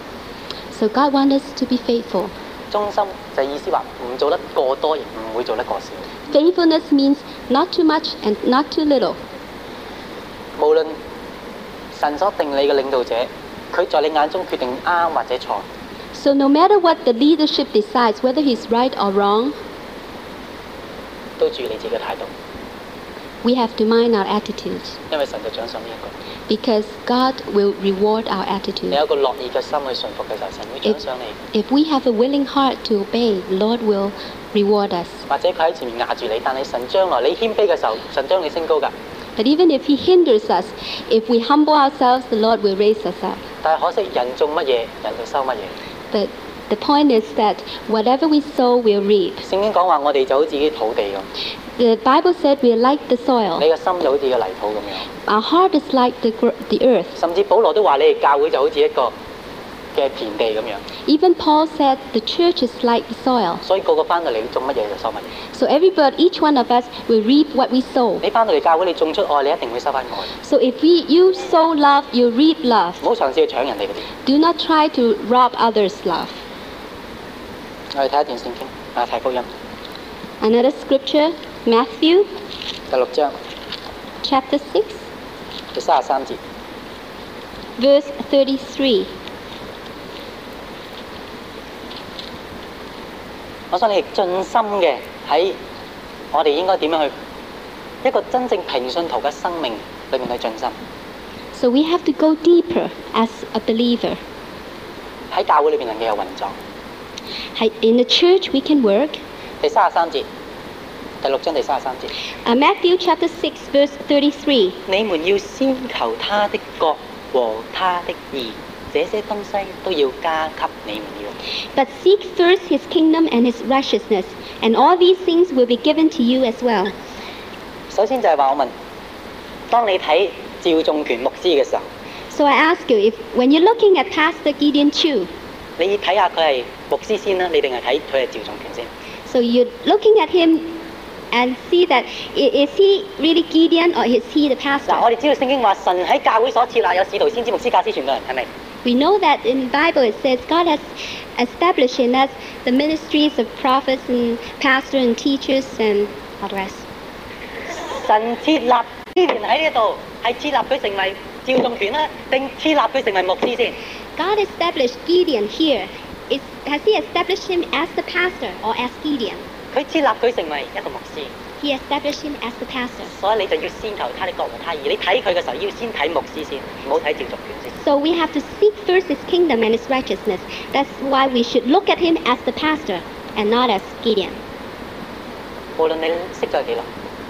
[SPEAKER 3] So God wants us to be faithful.
[SPEAKER 2] 忠心就係意思話唔做得過多，亦唔會做得過少。
[SPEAKER 3] Faithfulness means not too much and not too little.
[SPEAKER 2] 無論神所定你嘅領導者，佢在你眼中決定啱或者錯，
[SPEAKER 3] So no matter what the leadership decides, whether he's right or wrong,
[SPEAKER 2] 都注意你自己嘅態度，
[SPEAKER 3] we have to mind our attitudes
[SPEAKER 2] 因為神就獎賞呢一個。
[SPEAKER 3] because God will reward our
[SPEAKER 2] 你
[SPEAKER 3] attitude.
[SPEAKER 2] 有一個樂意嘅心去信服嘅時候，神會獎賞你，
[SPEAKER 3] If we have a willing heart to obey, the Lord will reward us.
[SPEAKER 2] 或者佢喺前面壓住你，但係神將來你謙卑嘅時候，神將你升高㗎。
[SPEAKER 3] But even if he hinders us, if we humble ourselves, the Lord will raise us up.
[SPEAKER 2] 但係可惜人種乜嘢，人就收乜嘢。
[SPEAKER 3] But the point is that whatever we sow, we'll reap.
[SPEAKER 2] 聖經講話我哋就好似啲土地咁，
[SPEAKER 3] The Bible said we are like the
[SPEAKER 2] 你
[SPEAKER 3] soil.
[SPEAKER 2] 嘅心就好似個泥土咁樣。
[SPEAKER 3] Our heart is like the, gr- the earth.
[SPEAKER 2] 甚至保羅都話你哋教會就好似一個嘅田地咁樣，
[SPEAKER 3] Even Paul said the church is like the soil.
[SPEAKER 2] 所以個個翻到嚟種乜嘢就收乜嘢。
[SPEAKER 3] So everybody, each one of us will reap what we sow.
[SPEAKER 2] 你翻到嚟教會，你種出愛，你一定會收翻愛。
[SPEAKER 3] So if we, you sow love, you reap love.
[SPEAKER 2] 唔好嘗試去搶人哋嗰啲。
[SPEAKER 3] Do not try to rob others' love.
[SPEAKER 2] 我哋睇一段聖經，馬太福音
[SPEAKER 3] Another scripture, Matthew
[SPEAKER 2] 第六章
[SPEAKER 3] chapter 6,
[SPEAKER 2] 第三十三節。
[SPEAKER 3] verse 33.
[SPEAKER 2] 我想你哋盡心嘅喺我哋應該點樣去一個真正平信徒嘅生命裏面去盡心。
[SPEAKER 3] So we have to go deeper as a believer.
[SPEAKER 2] 喺教會裏邊能夠有運作。
[SPEAKER 3] Hi- In the church, we can work.
[SPEAKER 2] 第三十三節，第六章第三十三節。
[SPEAKER 3] Uh, Matthew chapter 6, verse 33.
[SPEAKER 2] 你們要先求他的國和他的義，這些東西都要加給你們要。
[SPEAKER 3] But seek first his kingdom and his righteousness, and all these things will be given to you as well.
[SPEAKER 2] 首先就係話我問，當你睇趙仲權牧師嘅時候，
[SPEAKER 3] So I ask you, if when you're looking at Pastor Gideon Chu,
[SPEAKER 2] 你睇下佢係牧師先啦，你定係睇佢係趙仲權先？
[SPEAKER 3] so you're looking at him and see that i- is he really Gideon or is he the
[SPEAKER 2] 嗱，我
[SPEAKER 3] pastor?
[SPEAKER 2] 哋知道聖經話神喺教會所設立有使徒、先知、牧師、教師、傳道人，係咪？
[SPEAKER 3] We know that in the Bible it says God has established in us the ministries of prophets and pastor and teachers and all the rest.
[SPEAKER 2] 神設立之前喺呢度係設立佢成為趙仲權啦，定設立佢成為牧師先？
[SPEAKER 3] God established Gideon here. Is, has he established him as the pastor or as Gideon?
[SPEAKER 2] 佢設立佢成為一個牧師，
[SPEAKER 3] He established him as the pastor.
[SPEAKER 2] 所以你就要先求他的國和他義。你睇佢嘅時候要先睇牧師先，唔好睇趙仲權先。
[SPEAKER 3] So we have to seek first his kingdom and his righteousness. That's why we should look at him as the pastor and not as Gideon.
[SPEAKER 2] 無論你識咗幾耐，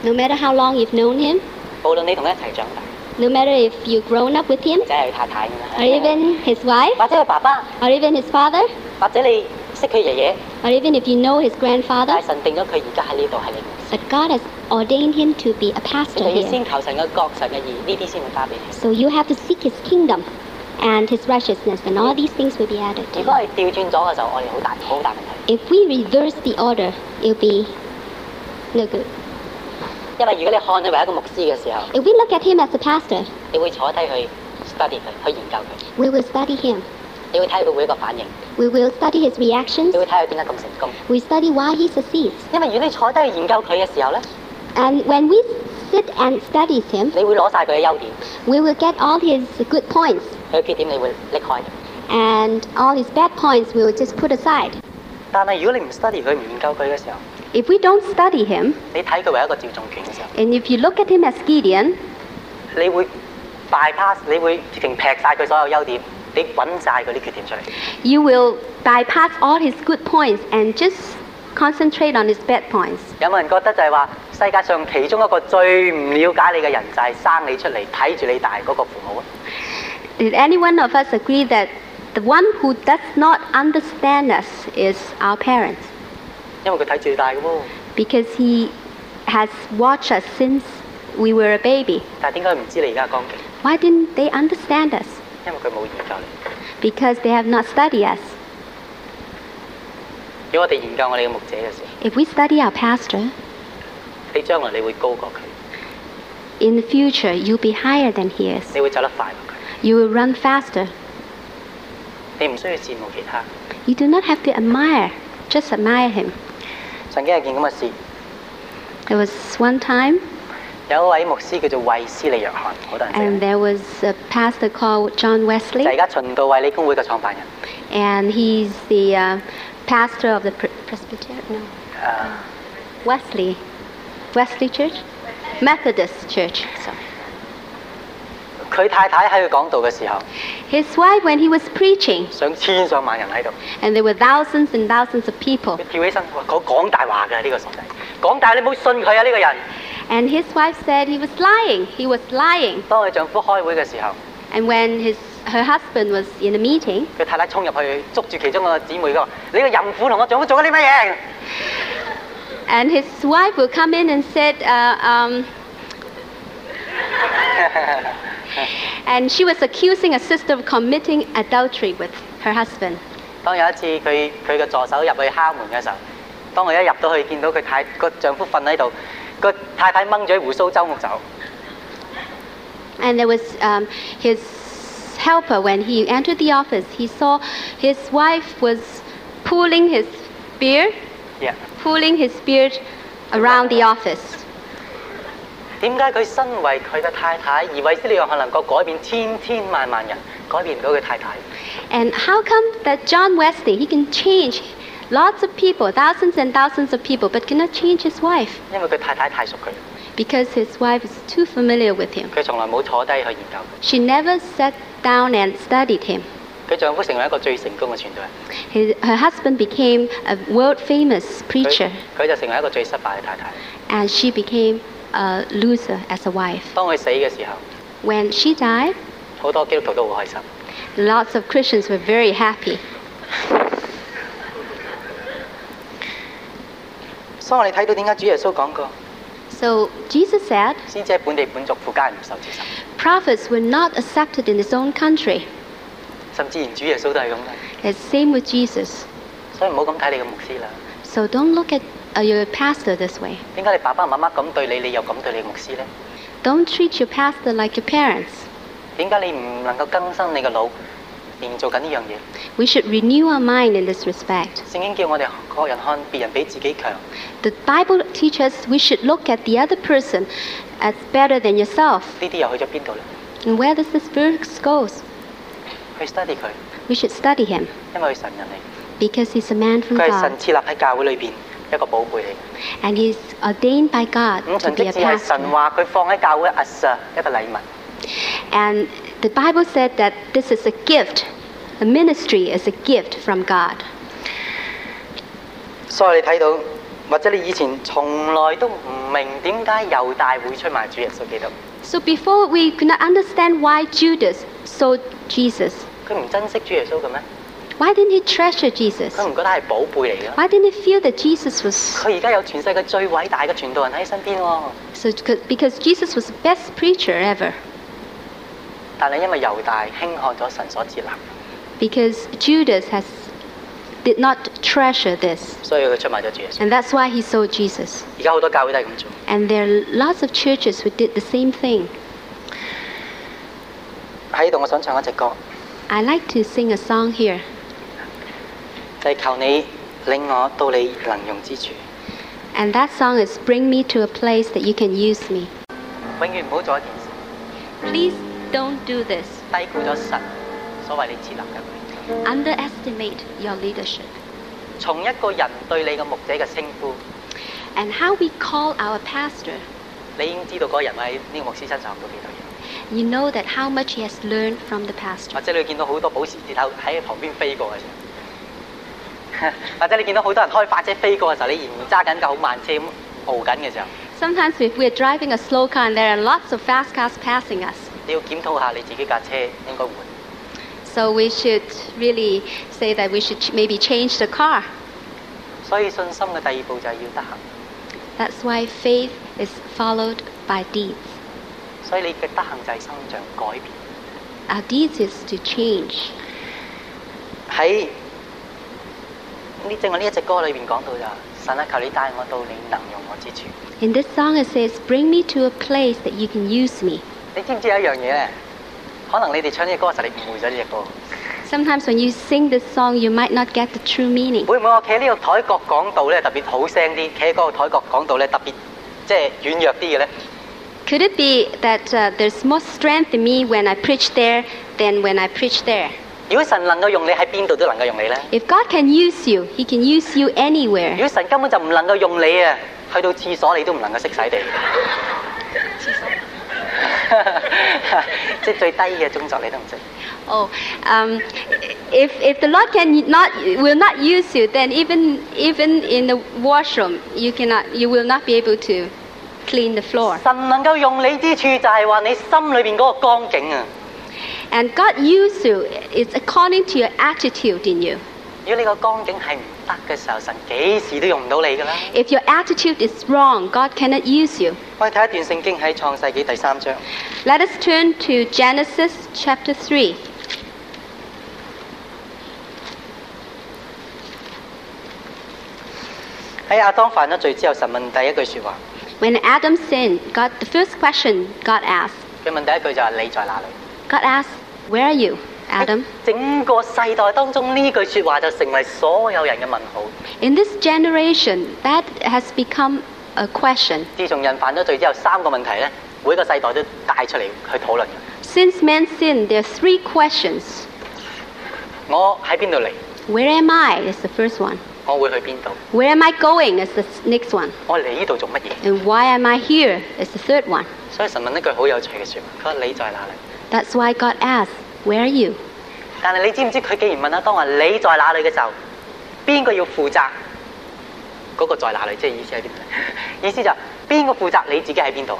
[SPEAKER 3] No matter how long you've known him,
[SPEAKER 2] 無論你同佢一齊長大，
[SPEAKER 3] no matter if you've grown up with him,
[SPEAKER 2] 或者係佢太太咁
[SPEAKER 3] or
[SPEAKER 2] 啦，
[SPEAKER 3] even his wife,
[SPEAKER 2] 或者係爸爸，
[SPEAKER 3] or even his father,
[SPEAKER 2] 或者你識佢爺爺，
[SPEAKER 3] or even if you know his
[SPEAKER 2] 但
[SPEAKER 3] grandfather,
[SPEAKER 2] 係神定咗佢而家喺呢度係你牧師，
[SPEAKER 3] but God has ordained him to be a
[SPEAKER 2] 你
[SPEAKER 3] pastor
[SPEAKER 2] 就要
[SPEAKER 3] here.
[SPEAKER 2] 先求神嘅國、神嘅義，呢啲先會加俾你。
[SPEAKER 3] So you have to seek his kingdom and his righteousness, and all these things will be added.
[SPEAKER 2] 如果係調轉咗嘅時候，我哋好大好大問題，
[SPEAKER 3] If we reverse the order, it'll be no good.
[SPEAKER 2] 因為如果你看佢為一個牧師嘅時候，
[SPEAKER 3] If we look at him as a pastor,
[SPEAKER 2] 你會坐低去 study 佢，去研究佢，
[SPEAKER 3] we will study him.
[SPEAKER 2] 你會睇佢每一個反應，
[SPEAKER 4] We will study his reactions.
[SPEAKER 2] 你會睇佢點解咁成功。
[SPEAKER 4] We study why he succeeds.
[SPEAKER 2] 因為如果你坐低去研究佢嘅時候咧，
[SPEAKER 4] And when we sit and study him,
[SPEAKER 2] 你會攞晒佢嘅優點，
[SPEAKER 4] we will get all his good points.
[SPEAKER 2] 佢嘅缺點你會拎開。
[SPEAKER 4] And all his bad points we will just put aside.
[SPEAKER 2] 但係如果你唔 study 佢唔研究佢嘅時候，
[SPEAKER 3] If we don't study him,
[SPEAKER 2] 你睇佢為一個趙仲權嘅時候，
[SPEAKER 3] and if you look at him as Gideon,
[SPEAKER 2] 你會 bypass，你會直情劈晒佢所有優點，你揾晒佢啲缺點出嚟。
[SPEAKER 3] you will bypass all his good points and just concentrate on his bad points.
[SPEAKER 2] 有冇人覺得就係話世界上其中一個最唔了解你嘅人就係生你出嚟睇住你大嗰個父母啊？
[SPEAKER 3] Did any one of us agree that the one who does not understand us is our parents?
[SPEAKER 2] 因為佢睇住你大嘅喎，
[SPEAKER 3] Because he has watched us since we were a baby.
[SPEAKER 2] 但係點解佢唔知你而家嘅光景？
[SPEAKER 3] Why didn't they understand us?
[SPEAKER 2] 因為佢冇研究你。
[SPEAKER 3] Because they have not studied us.
[SPEAKER 2] 如果我哋研究我哋嘅牧者嘅時候，
[SPEAKER 3] If we study our pastor,
[SPEAKER 2] 你將來你會高過佢，
[SPEAKER 3] in the future you'll be higher than he is.
[SPEAKER 2] 你會走得快過佢，
[SPEAKER 3] You will run faster.
[SPEAKER 2] 你唔需要羨慕其他。
[SPEAKER 3] You do not have to admire, just admire him.
[SPEAKER 2] 曾經有件咁嘅事，
[SPEAKER 3] There was one time,
[SPEAKER 2] 有一位牧師叫做衛斯利約翰，好多人識
[SPEAKER 3] and
[SPEAKER 2] 嘅，
[SPEAKER 3] there was a pastor called John
[SPEAKER 2] 就
[SPEAKER 3] Wesley,
[SPEAKER 2] 係而家循道衛理公會嘅創辦人。
[SPEAKER 3] and he's the uh, pastor of the pre- Presbyterian no,
[SPEAKER 2] 誒、
[SPEAKER 3] Wesley, Wesley Church, Methodist Church. Sorry.
[SPEAKER 2] 佢太太喺佢講道嘅時候，
[SPEAKER 3] His wife, when he was preaching,
[SPEAKER 2] 想千上萬人喺度，
[SPEAKER 3] and there were thousands and thousands of people,
[SPEAKER 2] 佢跳起身，哇講講大話嘅呢個傻仔，講大你唔好信佢啊呢個人。
[SPEAKER 3] and his wife said he was lying, he was lying.
[SPEAKER 2] 當佢丈夫開會嘅時候，
[SPEAKER 3] And when his her husband was in a meeting,
[SPEAKER 2] 佢太太衝入去捉住其中個姊妹佢話：你個淫婦同我丈夫做緊啲乜嘢？
[SPEAKER 3] and his wife would come in and said, uh, um, and she was accusing a sister of committing adultery with her husband.
[SPEAKER 2] 當有一次佢佢嘅助手入去敲門嘅時候，當佢一入到去見到佢太個丈夫瞓喺度，個太太掹咗胡鬚周屋走。
[SPEAKER 3] And there was um, his helper when he entered the office. He saw his wife was pulling his beard,
[SPEAKER 2] Yeah.
[SPEAKER 3] pulling his beard around the office.
[SPEAKER 2] 點解佢身為佢嘅太太，而維斯利約翰能夠改變千千萬萬人，改變唔到佢太太？
[SPEAKER 3] And how come that John Wesley he can change lots of people, thousands and thousands of people, but cannot change his wife
[SPEAKER 2] 因為佢太太太熟佢，
[SPEAKER 3] because his wife is too familiar with him.
[SPEAKER 2] 佢從來冇坐低去研究佢。
[SPEAKER 3] She never sat down and studied him.
[SPEAKER 2] 佢丈夫成為一個最成功嘅傳道人，
[SPEAKER 3] His, her husband became a world famous
[SPEAKER 2] 佢
[SPEAKER 3] preacher,
[SPEAKER 2] 佢就成為一個最失敗嘅太太。
[SPEAKER 3] and she became a loser as a wife.
[SPEAKER 2] 當佢死嘅時候，
[SPEAKER 3] When she died,
[SPEAKER 2] 好多基督徒都好開心。
[SPEAKER 3] lots of Christians were very happy.
[SPEAKER 2] 所以我哋睇到點解主耶穌講過，
[SPEAKER 3] So Jesus said,
[SPEAKER 2] 先知喺本地本族附家人唔受接受，
[SPEAKER 3] prophets were not accepted in his own country.
[SPEAKER 2] 甚至連主耶穌都係咁嘅。
[SPEAKER 3] It's same with Jesus.
[SPEAKER 2] 所以唔好咁睇你嘅牧師啦。
[SPEAKER 3] So don't look at uh, your pastor this way.
[SPEAKER 2] 點解你爸爸媽媽咁對你，你又咁對你牧師呢？
[SPEAKER 3] Don't treat your pastor like your parents.
[SPEAKER 2] 點解你唔能夠更新你嘅腦，練做緊呢樣嘢？
[SPEAKER 3] We should renew our mind in this respect.
[SPEAKER 2] 聖經叫我哋各人看別人比自己強，呢
[SPEAKER 3] The Bible teaches we should look at the other person as better than yourself.
[SPEAKER 2] 啲又去咗邊度呢？
[SPEAKER 3] And where does this verse goes?
[SPEAKER 2] 去 study 佢，
[SPEAKER 3] We should study him
[SPEAKER 2] 因為佢神人嚟，
[SPEAKER 3] because he's a man from
[SPEAKER 2] 佢係神
[SPEAKER 3] God
[SPEAKER 2] 設立喺教會裏邊一個寶貝嚟。
[SPEAKER 3] and he's ordained by God
[SPEAKER 2] 五
[SPEAKER 3] to
[SPEAKER 2] 旬
[SPEAKER 3] be
[SPEAKER 2] 即
[SPEAKER 3] a
[SPEAKER 2] 至係神
[SPEAKER 3] pastor.
[SPEAKER 2] 話佢放喺教會嘅 as a 一個禮物，
[SPEAKER 3] And the Bible said that this is a gift. A ministry is a gift from God.
[SPEAKER 2] 所以你睇到，或者你以前從來都唔明點解猶大會出賣主耶穌基督，
[SPEAKER 3] So before we could not understand why Judas sold Jesus.
[SPEAKER 2] 佢唔珍惜主耶穌嘅咩？
[SPEAKER 3] Why didn't he treasure Jesus?
[SPEAKER 2] 佢唔覺得係寶貝嚟嘅。
[SPEAKER 3] Why didn't he feel that Jesus was
[SPEAKER 2] 佢而家有全世界最偉大嘅傳道人喺身邊喎，
[SPEAKER 3] so? Because Jesus was the best preacher ever.
[SPEAKER 2] 但係因為猶大輕看咗神所設立，
[SPEAKER 3] Because Judas has did not treasure this,
[SPEAKER 2] 所以佢出賣咗主耶穌。
[SPEAKER 3] and that's why he sold Jesus.
[SPEAKER 2] 而家好多教會都係咁做。
[SPEAKER 3] And there are lots of churches who did the same thing.
[SPEAKER 2] 喺度我想唱一隻歌，
[SPEAKER 3] I like to sing a song here.
[SPEAKER 2] 就係求你領我到你能用之處，
[SPEAKER 3] And that song is Bring Me to a Place That You Can Use Me.
[SPEAKER 2] 永遠唔好做一件事
[SPEAKER 3] Please don't do this.
[SPEAKER 2] 低估咗神所謂你設立嘅佢。
[SPEAKER 3] Underestimate your leadership.
[SPEAKER 2] 從一個人對你嘅牧者嘅稱呼，
[SPEAKER 3] And how we call our pastor,
[SPEAKER 2] 你已經知道嗰個人喺呢個牧師身上學到幾多嘢，
[SPEAKER 3] you know that how much he has learned from the pastor.
[SPEAKER 2] 或者你會見到好多保時捷喺喺旁邊飛過嘅時候， <laughs> 或者你見到好多人開發車飛過嘅時候，你仍然揸緊架好慢車咁傲緊嘅時候，
[SPEAKER 3] Sometimes if we're driving a slow car and there are lots of fast cars passing us,
[SPEAKER 2] 你要檢討下你自己架車應該換，
[SPEAKER 3] so we should really say that we should ch- maybe change the car.
[SPEAKER 2] 所以信心嘅第二步就係要得行。
[SPEAKER 3] That's why faith is followed by deeds.
[SPEAKER 2] 所以你嘅德行就係生長改變。
[SPEAKER 3] Our deeds is to change.
[SPEAKER 2] 喺呢正我呢一隻歌裏邊講到就話神啊，求你帶我到你能用我之處。
[SPEAKER 3] In this song it says, Bring me to a place that you can use me.
[SPEAKER 2] 你知唔知有一樣嘢咧？可能你哋唱呢隻歌嘅時候，你誤會咗呢隻歌。
[SPEAKER 3] Sometimes when you sing this song, you might not get the true meaning.
[SPEAKER 2] 會唔會我企喺呢個台角講道咧，特別好聲啲；企喺嗰個台角講道咧，特別即係軟弱啲嘅咧？
[SPEAKER 3] Could it be that uh, there's more strength in me when I preach there than when I preach there?
[SPEAKER 2] 如果神能夠用你，喺邊度都能夠用你咧。
[SPEAKER 3] If God can use you, He can use you
[SPEAKER 2] 如
[SPEAKER 3] anywhere.
[SPEAKER 2] 果神根本就唔能夠用你啊，去到廁所你都唔能夠識洗地。 <laughs> 即係最低嘅工作你都唔識。
[SPEAKER 3] Oh, um, if, if the Lord can not, will not use you, then even, even in the washroom, you, cannot, you will not be able to clean the floor.
[SPEAKER 2] 神能夠用你之處，就係話你心裏邊嗰個光景啊。
[SPEAKER 3] And God use you, it's according to your attitude in you.
[SPEAKER 2] 如果你個光景係唔得嘅時候，神幾時都用唔到你㗎啦。
[SPEAKER 3] If your attitude is wrong, God cannot use you.
[SPEAKER 2] 我哋睇一段聖經喺創世紀第三章，
[SPEAKER 3] Let us turn to Genesis chapter 3.
[SPEAKER 2] 喺亞當犯咗罪之後，神問第一句説話，
[SPEAKER 3] When Adam sinned, God, the first question God asked,
[SPEAKER 2] 佢問第一句就係你在哪裏？
[SPEAKER 3] God asked, Where are you, Adam?
[SPEAKER 2] 整個世代當中呢句説話就成為所有人嘅問號。
[SPEAKER 3] In this generation, that has become a question.
[SPEAKER 2] 自從人犯咗罪之後，三個問題咧，每個世代都帶出嚟去討論嘅。
[SPEAKER 3] Since man sinned, there are three questions.
[SPEAKER 2] 我喺邊度嚟？
[SPEAKER 3] Where am I? is the first one.
[SPEAKER 2] 我會去邊度？
[SPEAKER 3] Where am I going? is the s- next one.
[SPEAKER 2] 我嚟呢度做乜嘢？
[SPEAKER 3] And why am I here? is the third one.
[SPEAKER 2] 所以神問一句好有趣嘅説話，佢話你在哪裏？
[SPEAKER 3] That's why God asked, Where are you?
[SPEAKER 2] 但係你知唔知佢既然問阿啊當話你在哪裏嘅時候，邊個要負責？嗰、個在哪裏？即係意思喺邊 <laughs> 度？意思就係邊個負責你自己喺邊度？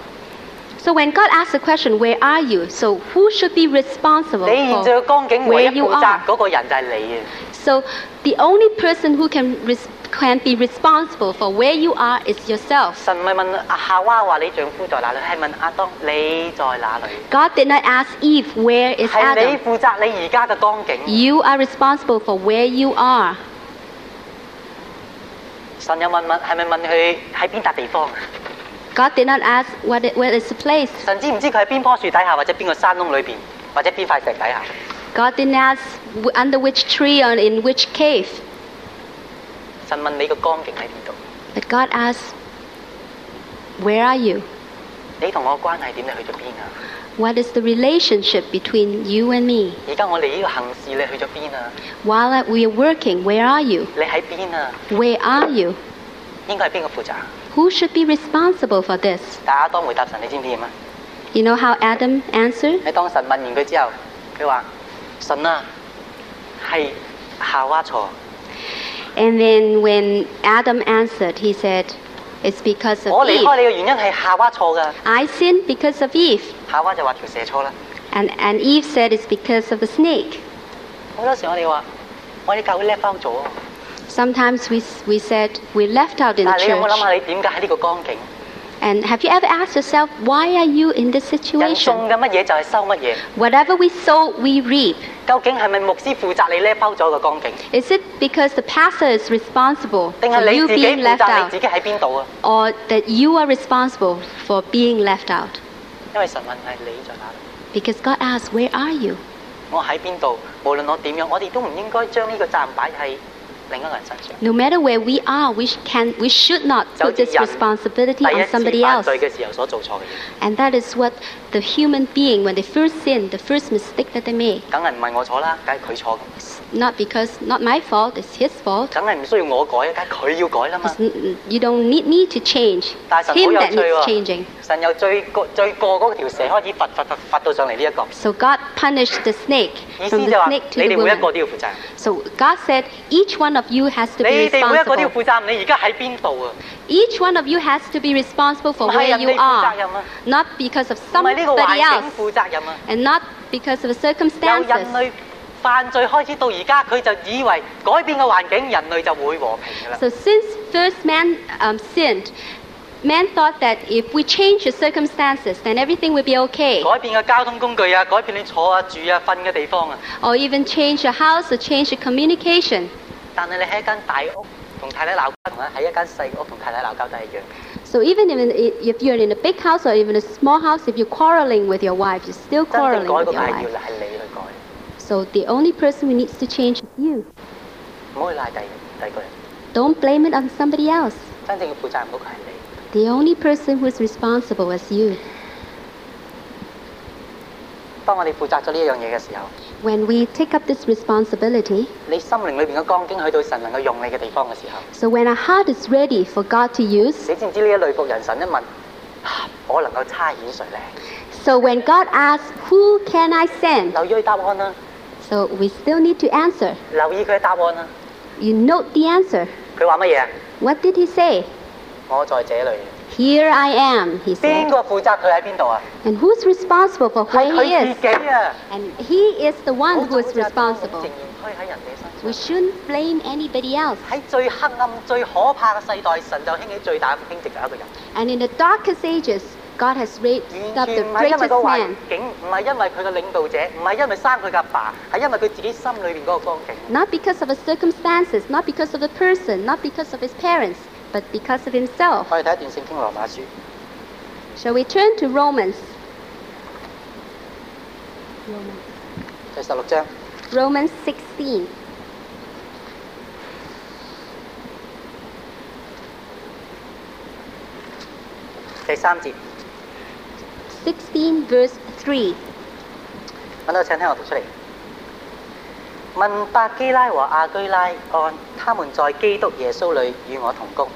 [SPEAKER 3] So when God asks the question, Where are you? So who should be responsible
[SPEAKER 2] 你現在嘅
[SPEAKER 3] for
[SPEAKER 2] 光景唯一
[SPEAKER 3] Where you
[SPEAKER 2] 負
[SPEAKER 3] are
[SPEAKER 2] 責嗰個人就係你啊！
[SPEAKER 3] So the only person who can res- can be responsible for where you are is yourself.
[SPEAKER 2] 神唔係問阿夏娃話你丈夫在哪裏，係問阿當你在哪裏？
[SPEAKER 3] God did not ask Eve, where is
[SPEAKER 2] 係你
[SPEAKER 3] Adam?
[SPEAKER 2] 負責你而家嘅光景。
[SPEAKER 3] You are responsible for where you are.
[SPEAKER 2] 神又問問係咪問佢喺邊笪地方？
[SPEAKER 3] God did not ask what it, where is the place.
[SPEAKER 2] 神知唔知佢喺邊棵樹底下，或者邊個山窿裏邊，或者邊塊石底下？
[SPEAKER 3] God didn't ask w- under which tree or in which cave.
[SPEAKER 2] 神問你個光景喺邊度？
[SPEAKER 3] But God asked, where are you?
[SPEAKER 2] 你同我嘅關係點？你去咗邊啊？
[SPEAKER 3] What is the relationship between you and me?
[SPEAKER 2] 而家我哋呢個行事，你去咗邊啊？
[SPEAKER 3] While I- we are working, where are you?
[SPEAKER 2] 你喺邊啊？
[SPEAKER 3] Where are you?
[SPEAKER 2] 應該係邊個負責？啊
[SPEAKER 3] Who should be responsible for this?
[SPEAKER 2] 但阿當回答神，你知唔知點啊？
[SPEAKER 3] You know how Adam answered?
[SPEAKER 2] 喺當神問完佢之後，佢話：神啊，係夏娃錯，
[SPEAKER 3] And then when Adam answered, he said, It's because
[SPEAKER 2] 我
[SPEAKER 3] of
[SPEAKER 2] 離
[SPEAKER 3] Eve.
[SPEAKER 2] 開你嘅原因係夏娃錯㗎。
[SPEAKER 3] I sinned because of Eve.
[SPEAKER 2] 夏娃就話條蛇錯啦。
[SPEAKER 3] And, and Eve said it's because of the snake.
[SPEAKER 2] 好多時我哋話，我哋教會叻翻咗啊，
[SPEAKER 3] Sometimes we, we said we're left out in
[SPEAKER 2] 但
[SPEAKER 3] the
[SPEAKER 2] 係你有冇諗
[SPEAKER 3] church.
[SPEAKER 2] 下你點解喺呢個光景？
[SPEAKER 3] And have you ever asked yourself, why are you in this
[SPEAKER 2] 人種
[SPEAKER 3] situation?
[SPEAKER 2] 嘅乜嘢就係收乜嘢，
[SPEAKER 3] Whatever we sow, we reap.
[SPEAKER 2] 究竟係咪牧師負責你叻包咗嘅光景，
[SPEAKER 3] Is it because the pastor is responsible
[SPEAKER 2] 定
[SPEAKER 3] for
[SPEAKER 2] 係你
[SPEAKER 3] you
[SPEAKER 2] 自己
[SPEAKER 3] being
[SPEAKER 2] 負
[SPEAKER 3] left
[SPEAKER 2] 責你
[SPEAKER 3] out,
[SPEAKER 2] 自己喺邊度啊？
[SPEAKER 3] or that you are responsible for being left out?
[SPEAKER 2] 因為神問係你在哪裏，
[SPEAKER 3] Because God asked, Where are you?
[SPEAKER 2] 我喺邊度，無論我點樣，我哋都唔應該將呢個責任擺喺另一個人身上。
[SPEAKER 3] No matter where we are, we sh- can we should not put this
[SPEAKER 2] 就好似人
[SPEAKER 3] responsibility
[SPEAKER 2] 第一
[SPEAKER 3] on
[SPEAKER 2] 次
[SPEAKER 3] somebody
[SPEAKER 2] 犯
[SPEAKER 3] else.
[SPEAKER 2] 罪嘅時候所做錯嘅嘢，
[SPEAKER 3] And that is what the human being, when they first sin, the first mistake that they make,
[SPEAKER 2] 梗係唔係我錯啦，梗係佢錯嘅，
[SPEAKER 3] it's not because not my fault, it's his fault.
[SPEAKER 2] 梗係唔需要我改，梗係佢要改啦嘛
[SPEAKER 3] It's。n- you don't need me to change.
[SPEAKER 2] 但
[SPEAKER 3] It's
[SPEAKER 2] 係神好
[SPEAKER 3] him
[SPEAKER 2] 有
[SPEAKER 3] that
[SPEAKER 2] 趣
[SPEAKER 3] needs changing.
[SPEAKER 2] 喎，神由最過最過嗰條蛇開始罰罰罰罰到上嚟呢一個，
[SPEAKER 3] So God punished the snake
[SPEAKER 2] 意思
[SPEAKER 3] from
[SPEAKER 2] 就
[SPEAKER 3] the
[SPEAKER 2] 話
[SPEAKER 3] snake
[SPEAKER 2] 你
[SPEAKER 3] to the
[SPEAKER 2] 哋每一個
[SPEAKER 3] woman.
[SPEAKER 2] 都要負責任，
[SPEAKER 3] So God said, each one of you has to
[SPEAKER 2] 你
[SPEAKER 3] be
[SPEAKER 2] 哋每一個都要
[SPEAKER 3] responsible.
[SPEAKER 2] 負責任。你而家喺邊度啊？
[SPEAKER 3] Each one of you has to be responsible for
[SPEAKER 2] 唔係
[SPEAKER 3] where you
[SPEAKER 2] 人哋負責任啊。
[SPEAKER 3] are, not because of
[SPEAKER 2] 唔係呢
[SPEAKER 3] somebody
[SPEAKER 2] 個環境
[SPEAKER 3] else,
[SPEAKER 2] 負責任啊！
[SPEAKER 3] and not because of
[SPEAKER 2] 由人
[SPEAKER 3] circumstances.
[SPEAKER 2] 類犯罪開始到而家，佢就以為改變個環境，人類就會和平㗎啦。
[SPEAKER 3] So since first man um, sinned, man thought that if we change the circumstances, then everything will be okay.
[SPEAKER 2] 改變個交通工具啊，改變你坐啊、住啊、瞓嘅地方啊。
[SPEAKER 3] Or even change your house or change your communication.
[SPEAKER 2] 但係你喺一間大屋同太太鬧交，同喺一間細屋同太太鬧交都係一樣。
[SPEAKER 3] So even if, if you're in a big house or even a small house, if you're quarreling with your wife, you're still
[SPEAKER 2] 真正
[SPEAKER 3] quarreling with
[SPEAKER 2] 改嗰個
[SPEAKER 3] your
[SPEAKER 2] 係要
[SPEAKER 3] wife.
[SPEAKER 2] 係你去改，
[SPEAKER 3] So the only person who needs to change is you.
[SPEAKER 2] 唔好去賴第第二個人。
[SPEAKER 3] Don't blame it on somebody else.
[SPEAKER 2] 真正要負責任嗰個係你。
[SPEAKER 3] The only person who is responsible is you.
[SPEAKER 2] 當我哋負責咗呢一樣嘢嘅時候，
[SPEAKER 3] When we take up this responsibility,
[SPEAKER 2] 你心靈裏邊嘅光景去到神能夠用你嘅地方嘅時候，
[SPEAKER 3] so when our heart is ready for God to use,
[SPEAKER 2] 你知唔知呢一類服人神一問，啊我能夠差遣誰呢？
[SPEAKER 3] so when God asks, Who can I send?
[SPEAKER 2] 留意佢答案啦，
[SPEAKER 3] So we still need to answer.
[SPEAKER 2] 留意佢嘅答案啦。
[SPEAKER 3] You note the answer.
[SPEAKER 2] 佢話乜嘢啊？
[SPEAKER 3] What did he say?
[SPEAKER 2] 我在這裏。
[SPEAKER 3] Here I am, he
[SPEAKER 2] 邊
[SPEAKER 3] said.
[SPEAKER 2] 個負責佢喺邊度啊？
[SPEAKER 3] And who's responsible for
[SPEAKER 2] 係
[SPEAKER 3] where he
[SPEAKER 2] 佢
[SPEAKER 3] is?
[SPEAKER 2] 自己啊！
[SPEAKER 3] And he is the
[SPEAKER 2] 好
[SPEAKER 3] one who
[SPEAKER 2] 早
[SPEAKER 3] is
[SPEAKER 2] 就將我哋
[SPEAKER 3] responsible.
[SPEAKER 2] 仍然推喺人哋
[SPEAKER 3] We
[SPEAKER 2] 身上。
[SPEAKER 3] shouldn't blame anybody else.
[SPEAKER 2] 喺最黑暗、最可怕嘅世代，神就興起最大嘅興直就係一個人。
[SPEAKER 3] And in the darkest ages, God has raised
[SPEAKER 2] 完
[SPEAKER 3] up
[SPEAKER 2] 全
[SPEAKER 3] the
[SPEAKER 2] 唔係因為
[SPEAKER 3] greatest
[SPEAKER 2] 個環
[SPEAKER 3] man.
[SPEAKER 2] 境，唔係因為佢嘅領導者，唔係因為生佢嘅阿爸，係因為佢自己心裏邊嗰個光景。
[SPEAKER 3] Not because of his circumstances, not because of the person, not because of his parents, but because of himself.
[SPEAKER 2] 我哋睇一段聖經羅馬書，
[SPEAKER 3] Shall we turn to Romans?
[SPEAKER 2] 第十六章。
[SPEAKER 3] Romans 16.
[SPEAKER 2] 第三節，
[SPEAKER 3] 16 verse 3.
[SPEAKER 2] 揾到請聽我讀出嚟。問百基拉和亞居拉按，他們在基督耶穌裏與我同工。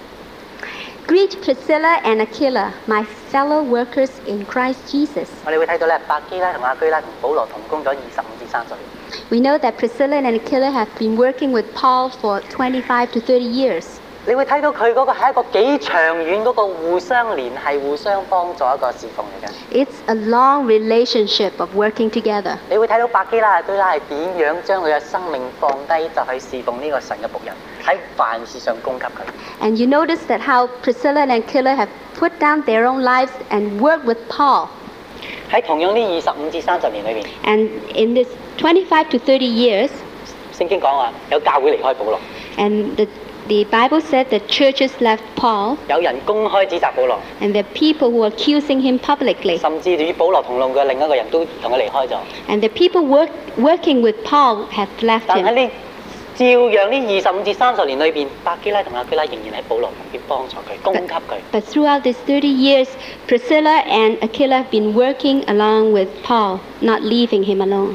[SPEAKER 3] Greet Priscilla and Aquila, my fellow workers in Christ Jesus.
[SPEAKER 2] 我哋會睇到咧，百基拉同亞居拉同保羅同工咗二十五至三十年。
[SPEAKER 3] We know that Priscilla and Aquila have been working with Paul for 25 to 30 years.
[SPEAKER 2] 你會睇到佢嗰個係一個幾長遠嗰個互相聯繫、互相幫助一個侍奉嚟嘅。
[SPEAKER 3] It's a long relationship of working together.
[SPEAKER 2] 你會睇到百基拉亞居拉係點樣將佢嘅生命放低，就去侍奉呢個神嘅仆人，喺凡事上供給佢。
[SPEAKER 3] And you notice that how Priscilla and Aquila have put down their own lives and worked with Paul.
[SPEAKER 2] 喺同樣呢二十五至三十年裏邊，
[SPEAKER 3] And in this 25 to 30 years,
[SPEAKER 2] 聖經講話有教會離開保羅，
[SPEAKER 3] and the, the Bible said that churches left Paul
[SPEAKER 2] 有人公開指責保羅，
[SPEAKER 3] and the people who were accusing him publicly.
[SPEAKER 2] 甚至與保羅同路嘅另一個人都同佢離開咗。
[SPEAKER 3] And the people work, working with Paul have left
[SPEAKER 2] 但喺
[SPEAKER 3] him.
[SPEAKER 2] 呢照樣呢二十五至三十年裏邊，百基拉同亞居拉仍然喺保羅旁邊幫助佢，供給佢。
[SPEAKER 3] But throughout these 30 years, Priscilla and Aquila have been working along with Paul, not leaving him alone.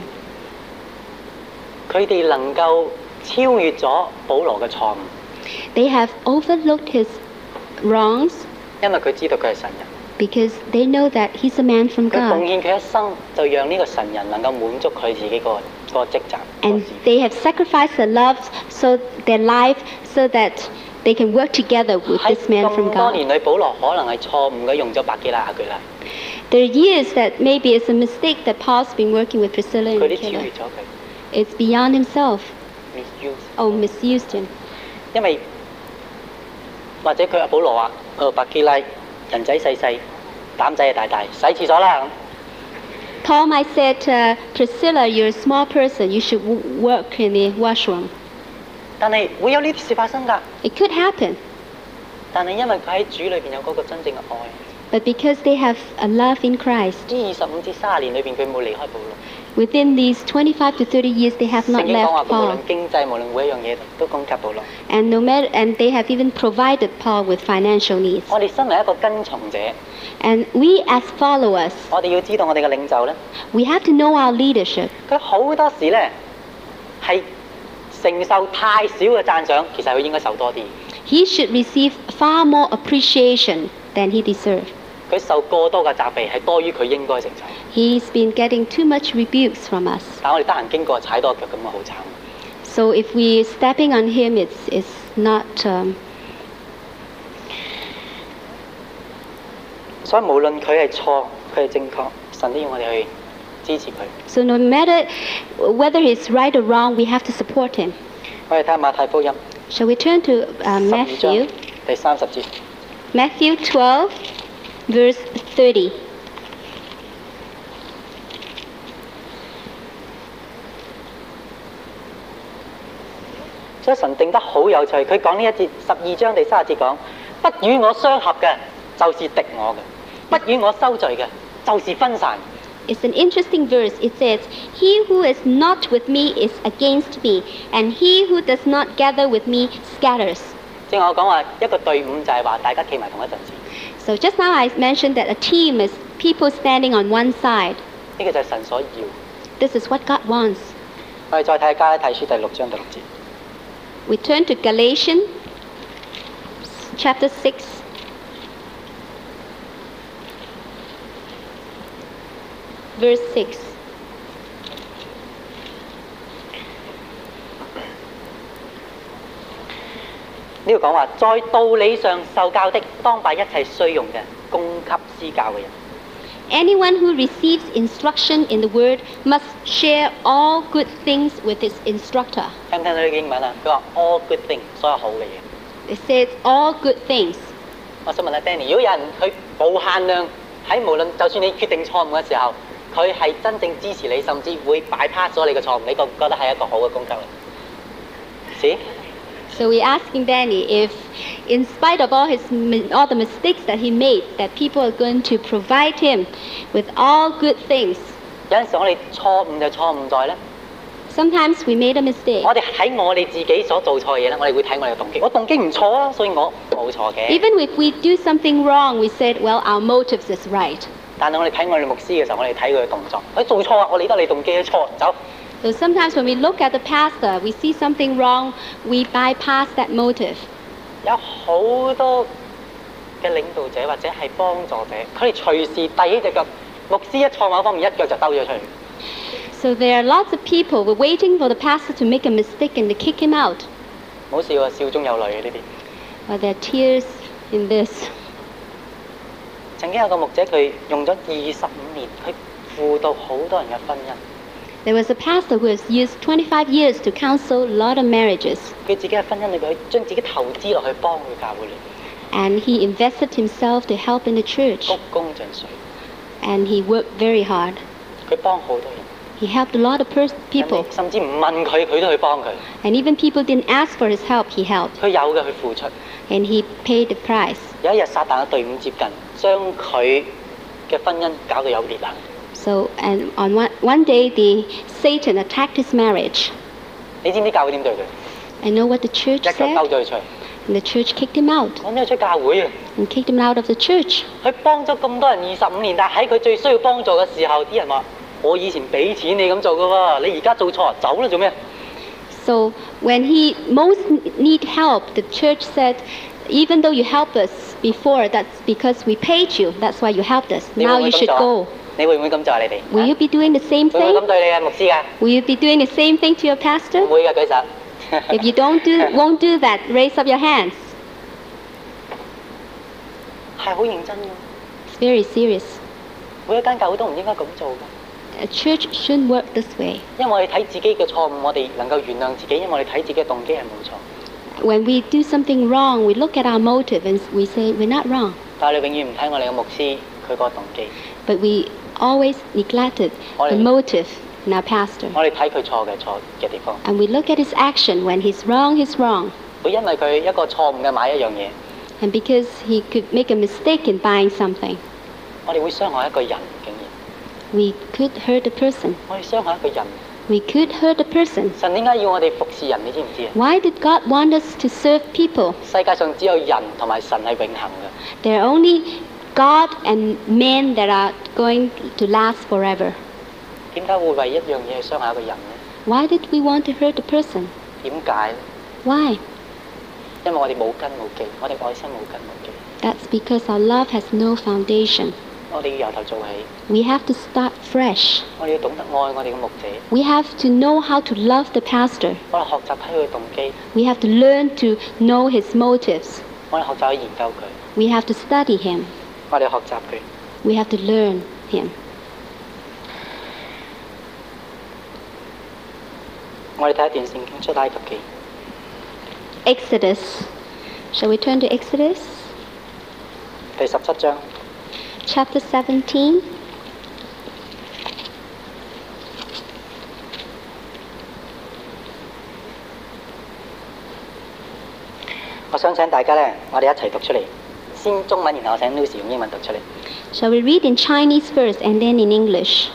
[SPEAKER 2] 佢哋能夠超越咗保羅嘅錯誤，
[SPEAKER 3] They have overlooked his wrongs
[SPEAKER 2] 因為佢知道佢係神人。
[SPEAKER 3] because they know that he's a man from
[SPEAKER 2] 佢奉
[SPEAKER 3] God.
[SPEAKER 2] 獻佢一生，就讓呢個神人能夠滿足佢自己個個職責。個
[SPEAKER 3] And
[SPEAKER 2] 事
[SPEAKER 3] they have sacrificed their love, so their life, so that they can work together with
[SPEAKER 2] 喺
[SPEAKER 3] this man from
[SPEAKER 2] 咁多
[SPEAKER 3] God.
[SPEAKER 2] 年裏，保羅可能係錯誤嘅用咗百基拉亞居拉，
[SPEAKER 3] There are years that maybe it's a mistake that Paul's been working with Priscilla
[SPEAKER 2] 佢
[SPEAKER 3] and
[SPEAKER 2] 啲超越
[SPEAKER 3] Aquila.
[SPEAKER 2] 咗佢
[SPEAKER 3] It's beyond himself.
[SPEAKER 2] misuse，
[SPEAKER 3] Oh, misused him.
[SPEAKER 2] 因為或者佢阿保羅話：，誒百基拉人仔細細，膽仔係大大，洗廁所啦。
[SPEAKER 3] Paul might say to uh, Priscilla, you're a small person, you should w- work in the washroom.
[SPEAKER 2] 但係會有呢啲事發生㗎。
[SPEAKER 3] It could happen,
[SPEAKER 2] 但係因為佢喺主裏邊有嗰個真正嘅愛，
[SPEAKER 3] but because they have a love in Christ,
[SPEAKER 2] 呢二十五至三十年裏邊佢冇離開保羅，
[SPEAKER 3] Within these 25 to 30 years, they have
[SPEAKER 2] 聖
[SPEAKER 3] not
[SPEAKER 2] 經講話
[SPEAKER 3] left
[SPEAKER 2] 無
[SPEAKER 3] Paul.
[SPEAKER 2] 論經濟，無論每一樣嘢都攻擊保羅。
[SPEAKER 3] And no matter, and they have even provided Paul with financial needs.
[SPEAKER 2] 我哋身為一個跟從者，
[SPEAKER 3] And we as followers,
[SPEAKER 2] 我哋要知道我哋嘅領袖咧，
[SPEAKER 3] we have to know our leadership.
[SPEAKER 2] 佢好多時咧係承受太少嘅讚賞，其實佢應該受多啲。
[SPEAKER 3] He should receive far more appreciation than he deserves.
[SPEAKER 2] 佢受過多嘅責備係多於佢應該承受。
[SPEAKER 3] He's been getting too much rebukes from us.
[SPEAKER 2] 但我哋得閒經過踩多腳咁啊，好慘。
[SPEAKER 3] So if we're stepping on him, it's, it's not, um,
[SPEAKER 2] 所以無論佢係錯，佢係正確，神都要我哋去支持佢。
[SPEAKER 3] so no matter whether he's right or wrong, we have to support him.
[SPEAKER 2] 我哋睇下馬太福音
[SPEAKER 3] Shall we turn to uh,
[SPEAKER 2] 十二章
[SPEAKER 3] Matthew?
[SPEAKER 2] 第三十節。
[SPEAKER 3] Matthew 12, verse 30.
[SPEAKER 2] 所以神定得好有趣，佢講呢一節十二章第三十節講：不與我相合嘅，就是敵我嘅；不與我收聚嘅，就是分散。
[SPEAKER 3] It's an interesting verse. It says, He who is not with me is against me, and he who does not gather with me scatters.
[SPEAKER 2] 正話我講話一個隊伍就係話大家企埋同一陣線，
[SPEAKER 3] So just now I mentioned that a team is people standing on one side.
[SPEAKER 2] 呢、個就係神所要。
[SPEAKER 3] This is what God wants.
[SPEAKER 2] 我哋再睇加拉太書第六章第六節，
[SPEAKER 3] We turn to Galatians chapter 6. verse 6.
[SPEAKER 2] 呢度講話在道理上受教的，當把一切需用嘅供給施教嘅人。
[SPEAKER 3] Anyone who receives instruction in the word must share all good things with his instructor.
[SPEAKER 2] 聽唔聽到呢個英文啊？佢話 all good thing，所有好嘅嘢。
[SPEAKER 3] It says all good things.
[SPEAKER 2] 我想問下 Danny，如果有人佢無限量喺無論就算你決定錯誤嘅時候，佢係真正支持你，甚至會 bypass 咗你嘅錯誤，你覺唔覺得係一個好嘅功德咧？是
[SPEAKER 3] So we're asking Danny if, in spite of all his mi- all the mistakes that he made, that people are going to provide him with all good things.
[SPEAKER 2] 有陣時我哋錯誤就錯誤在咧，
[SPEAKER 3] Sometimes we made a mistake.
[SPEAKER 2] 我哋喺我哋自己所做錯嘅嘢咧，我哋會睇我哋嘅動機。我動機唔錯啊，所以我冇錯嘅。
[SPEAKER 3] Even if we do something wrong, we said, well, our motives is right.
[SPEAKER 2] 但係我哋睇我哋牧師嘅時候，我哋睇佢嘅動作，佢做錯啊，我理得你動機錯，走。
[SPEAKER 3] So sometimes when we look at the pastor, we see something wrong, we bypass that motive.
[SPEAKER 2] 有好多嘅領導者或者係幫助者，佢哋隨時第一隻腳，牧師一錯某方面一腳就兜咗出去。
[SPEAKER 3] So there are lots of people who are waiting for the pastor to make a mistake and they kick him out.
[SPEAKER 2] 冇笑啊，笑中有淚嘅呢啲。
[SPEAKER 3] Or there are tears in this.
[SPEAKER 2] 曾經有個牧者，佢用咗二十五年，佢輔導好多人嘅婚姻，
[SPEAKER 3] There was a pastor who has used 25 years to counsel a lot of marriages,
[SPEAKER 2] 佢自己嘅婚姻裏邊，佢將自己投資落去幫佢教會裏，
[SPEAKER 3] and he invested himself to help in the church,
[SPEAKER 2] 鞠躬盡瘁，
[SPEAKER 3] and he worked very hard.
[SPEAKER 2] 佢幫好多人
[SPEAKER 3] He helped a lot of pers- people,
[SPEAKER 2] 甚至唔問佢，佢都去幫佢。
[SPEAKER 3] and even people didn't ask for his help, he helped,
[SPEAKER 2] 佢有嘅，佢付出。
[SPEAKER 3] and he paid the price.
[SPEAKER 2] 有一日撒旦嘅隊伍接近，將佢嘅婚姻搞到有裂痕。
[SPEAKER 3] So, and on one, one day, the Satan attacked his marriage.
[SPEAKER 2] 你知唔知教會點對佢？
[SPEAKER 3] I know what the church
[SPEAKER 2] 一腳
[SPEAKER 3] said,
[SPEAKER 2] 兜咗佢出去，
[SPEAKER 3] and the church kicked him out
[SPEAKER 2] 趕咗佢出教會啊！
[SPEAKER 3] and kicked him out of the church.
[SPEAKER 2] 佢幫咗咁多人二十五年，但係喺佢最需要幫助嘅時候，啲人話：我以前俾錢你咁做嘅喎，你而家做錯，走啦做咩？
[SPEAKER 3] So when he most need help, the church said, even though you helped us before, that's because we paid you. That's why you helped us.
[SPEAKER 2] 你
[SPEAKER 3] Now
[SPEAKER 2] 會唔會
[SPEAKER 3] you
[SPEAKER 2] 咁
[SPEAKER 3] should
[SPEAKER 2] 做啊
[SPEAKER 3] go.？
[SPEAKER 2] 你會唔會咁做啊？你哋
[SPEAKER 3] Will you be doing the same
[SPEAKER 2] 會唔會咁
[SPEAKER 3] thing?
[SPEAKER 2] 對你啊，牧師㗎？
[SPEAKER 3] Will you be doing the same thing to your
[SPEAKER 2] 唔
[SPEAKER 3] pastor?
[SPEAKER 2] 會㗎，舉手。
[SPEAKER 3] If you don't do, won't do that, raise up your hands.
[SPEAKER 2] 係好認真㗎，
[SPEAKER 3] It's very serious.
[SPEAKER 2] 每一間教會都唔應該咁做㗎，
[SPEAKER 3] A church shouldn't work this way.
[SPEAKER 2] 因為我哋睇自己嘅錯誤，我哋能夠原諒自己，因為我哋睇自己嘅動機係冇錯。
[SPEAKER 3] When we do something wrong, we look at our motive and we say we're not wrong,
[SPEAKER 2] 但係你永遠唔睇我哋嘅牧師佢個動機，
[SPEAKER 3] but we always neglected the
[SPEAKER 2] Alright.
[SPEAKER 3] motive in our pastor.
[SPEAKER 2] 我哋睇佢錯嘅錯嘅地方，
[SPEAKER 3] And we look at his action. When he's wrong, he's wrong.
[SPEAKER 2] 會因為佢一個錯誤嘅買一樣嘢，
[SPEAKER 3] And because he could make a mistake in buying something,
[SPEAKER 2] 我哋會傷害一個人，竟然。
[SPEAKER 3] We could hurt the person.
[SPEAKER 2] 我哋傷害一個人。
[SPEAKER 3] We could hurt the person.
[SPEAKER 2] 神點解要我哋服侍人？你知唔知啊？
[SPEAKER 3] Why did God want us to serve people?
[SPEAKER 2] 世界上只有人同埋神係永恆嘅，
[SPEAKER 3] There are only God and men that are going to last forever.
[SPEAKER 2] 點解會為一樣嘢去傷害一個人呢？
[SPEAKER 3] Why did we want to hurt the person?
[SPEAKER 2] 點解呢？
[SPEAKER 3] Why?
[SPEAKER 2] 因為我哋冇根冇基，我哋愛心冇根冇基，
[SPEAKER 3] That's because our love has no foundation.
[SPEAKER 2] 我哋要由頭做起，
[SPEAKER 3] We have to start fresh.
[SPEAKER 2] 我哋要懂得愛我哋嘅牧者，
[SPEAKER 3] We have to know how to love the pastor.
[SPEAKER 2] 我哋學習睇佢嘅動機，
[SPEAKER 3] We have to learn to know his motives.
[SPEAKER 2] 我哋學習去研究佢，
[SPEAKER 3] We have to study him.
[SPEAKER 2] 我哋學習佢。
[SPEAKER 3] We have to learn him.
[SPEAKER 2] 我哋睇一段聖經出埃及記，
[SPEAKER 3] Exodus. Shall we turn to Exodus?
[SPEAKER 2] 第十七章
[SPEAKER 3] Chapter 17.
[SPEAKER 2] 我想請大家呢，我哋一齊讀出嚟，先中文，然後我請 Lucy 用英文讀出嚟。
[SPEAKER 3] Shall we read in Chinese first and then in English?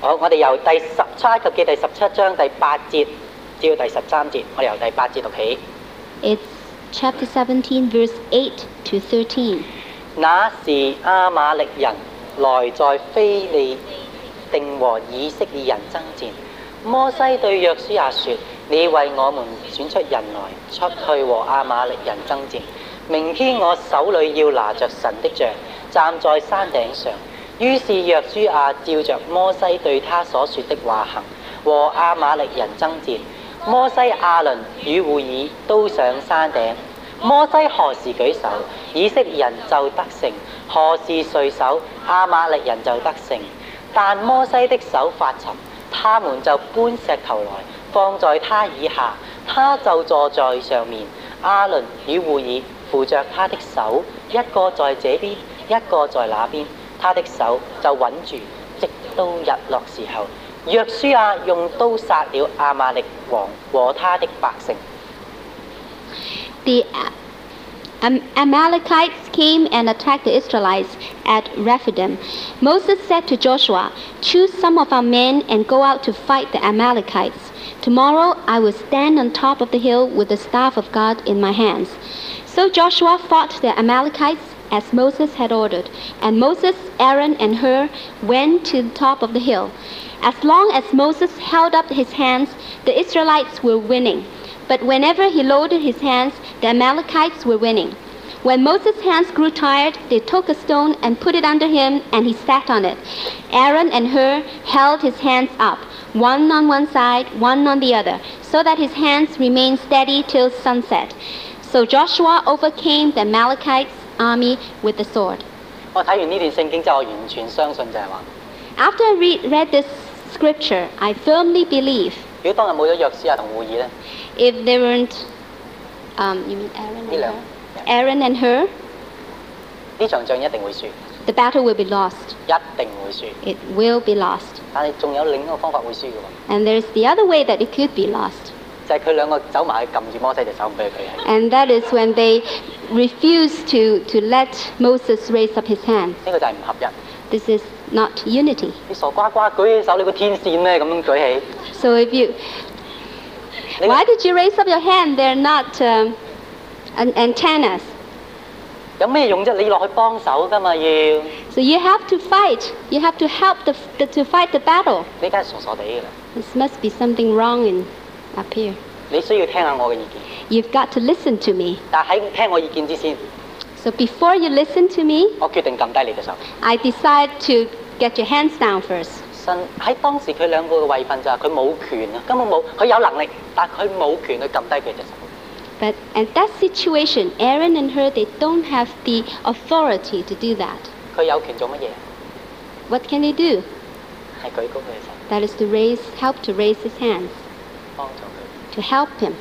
[SPEAKER 2] 好，我哋由第十出埃及記第十七章第八節至到第十三節，我哋由第八節讀起。
[SPEAKER 3] It's chapter 17, verse 8 to 13.
[SPEAKER 2] 那時亞瑪力人來在非利定和以色列人爭戰。摩西對約書亞說：你為我們選出人來，出去和亞瑪力人爭戰。明天我手裏要拿着神的杖，站在山頂上。於是約書亞照着摩西對他所說的話行，和亞瑪力人爭戰。摩西、亞倫與戶爾都上山頂。摩西何時舉手，以色列人就得勝；何時垂手，亞瑪力人就得勝。但摩西的手發沉，他們就搬石頭來放在他以下，他就坐在上面。亞倫與戶爾扶着他的手，一個在這邊，一個在那邊，他的手就穩住，直到日落時候。約書亞用刀殺了亞瑪力王和他的百姓。
[SPEAKER 3] The A- Am- Amalekites came and attacked the Israelites at Rephidim. Moses said to Joshua, Choose some of our men and go out to fight the Amalekites. Tomorrow I will stand on top of the hill with the staff of God in my hands. So Joshua fought the Amalekites as Moses had ordered, and Moses, Aaron, and Hur went to the top of the hill. As long as Moses held up his hands, the Israelites were winning. But whenever he loaded his hands, the Amalekites were winning. When Moses' hands grew tired, they took a stone and put it under him, and he sat on it. Aaron and Hur held his hands up, one on one side, one on the other, so that his hands remained steady till sunset. So Joshua overcame the Amalekites' army with the sword.
[SPEAKER 2] 我睇完呢段聖經之後，我完全相信就係話，
[SPEAKER 3] After I read, read this scripture, I firmly believe
[SPEAKER 2] 如果當日冇咗約書亞同戶爾呢，
[SPEAKER 3] if there weren't, um, you mean Aaron and
[SPEAKER 2] Miller.
[SPEAKER 3] her? Aaron and her,
[SPEAKER 2] 呢場仗一定會輸，
[SPEAKER 3] the battle will be lost.
[SPEAKER 2] 一定會輸。
[SPEAKER 3] It will be lost.
[SPEAKER 2] 但係仲有另一個方法會輸嘅喎，
[SPEAKER 3] And there's the other way that it could be lost.
[SPEAKER 2] 就係佢兩個走埋去撳住摩西隻手唔俾佢舉起。
[SPEAKER 3] And that is when they refuse to, to let Moses raise up his hand.
[SPEAKER 2] 呢個就係唔合一。
[SPEAKER 3] This is not unity.
[SPEAKER 2] 你傻瓜瓜舉起手，你個天線咩咁樣舉起？
[SPEAKER 3] So if you,
[SPEAKER 2] 你
[SPEAKER 3] why did you raise up your hand? They're not um, an antennas.
[SPEAKER 2] 有咩用啫？你落去幫手㗎嘛要？你
[SPEAKER 3] So you have to fight. You have to help the, the, to fight the battle.
[SPEAKER 2] 梗係傻傻地㗎啦。
[SPEAKER 3] This must be something wrong in up here.
[SPEAKER 2] 你需要聽下我嘅意見，
[SPEAKER 3] You've got to listen to me.
[SPEAKER 2] 但喺聽我意見之前，
[SPEAKER 3] So before you listen to me,
[SPEAKER 2] 我決定撳低你隻手。
[SPEAKER 3] I decide to get your hands down first.
[SPEAKER 2] 神喺當時佢兩個嘅位份就係佢冇權啊，根本冇，佢有能力，但佢冇權去撳低佢隻手。
[SPEAKER 3] But at that situation, Aaron and her, they don't have the authority to do that.
[SPEAKER 2] 佢有權做乜嘢？
[SPEAKER 3] What can they do?
[SPEAKER 2] 係舉高佢隻手，
[SPEAKER 3] That is to raise, help to raise his hands,
[SPEAKER 2] 幫助佢。
[SPEAKER 3] to help him.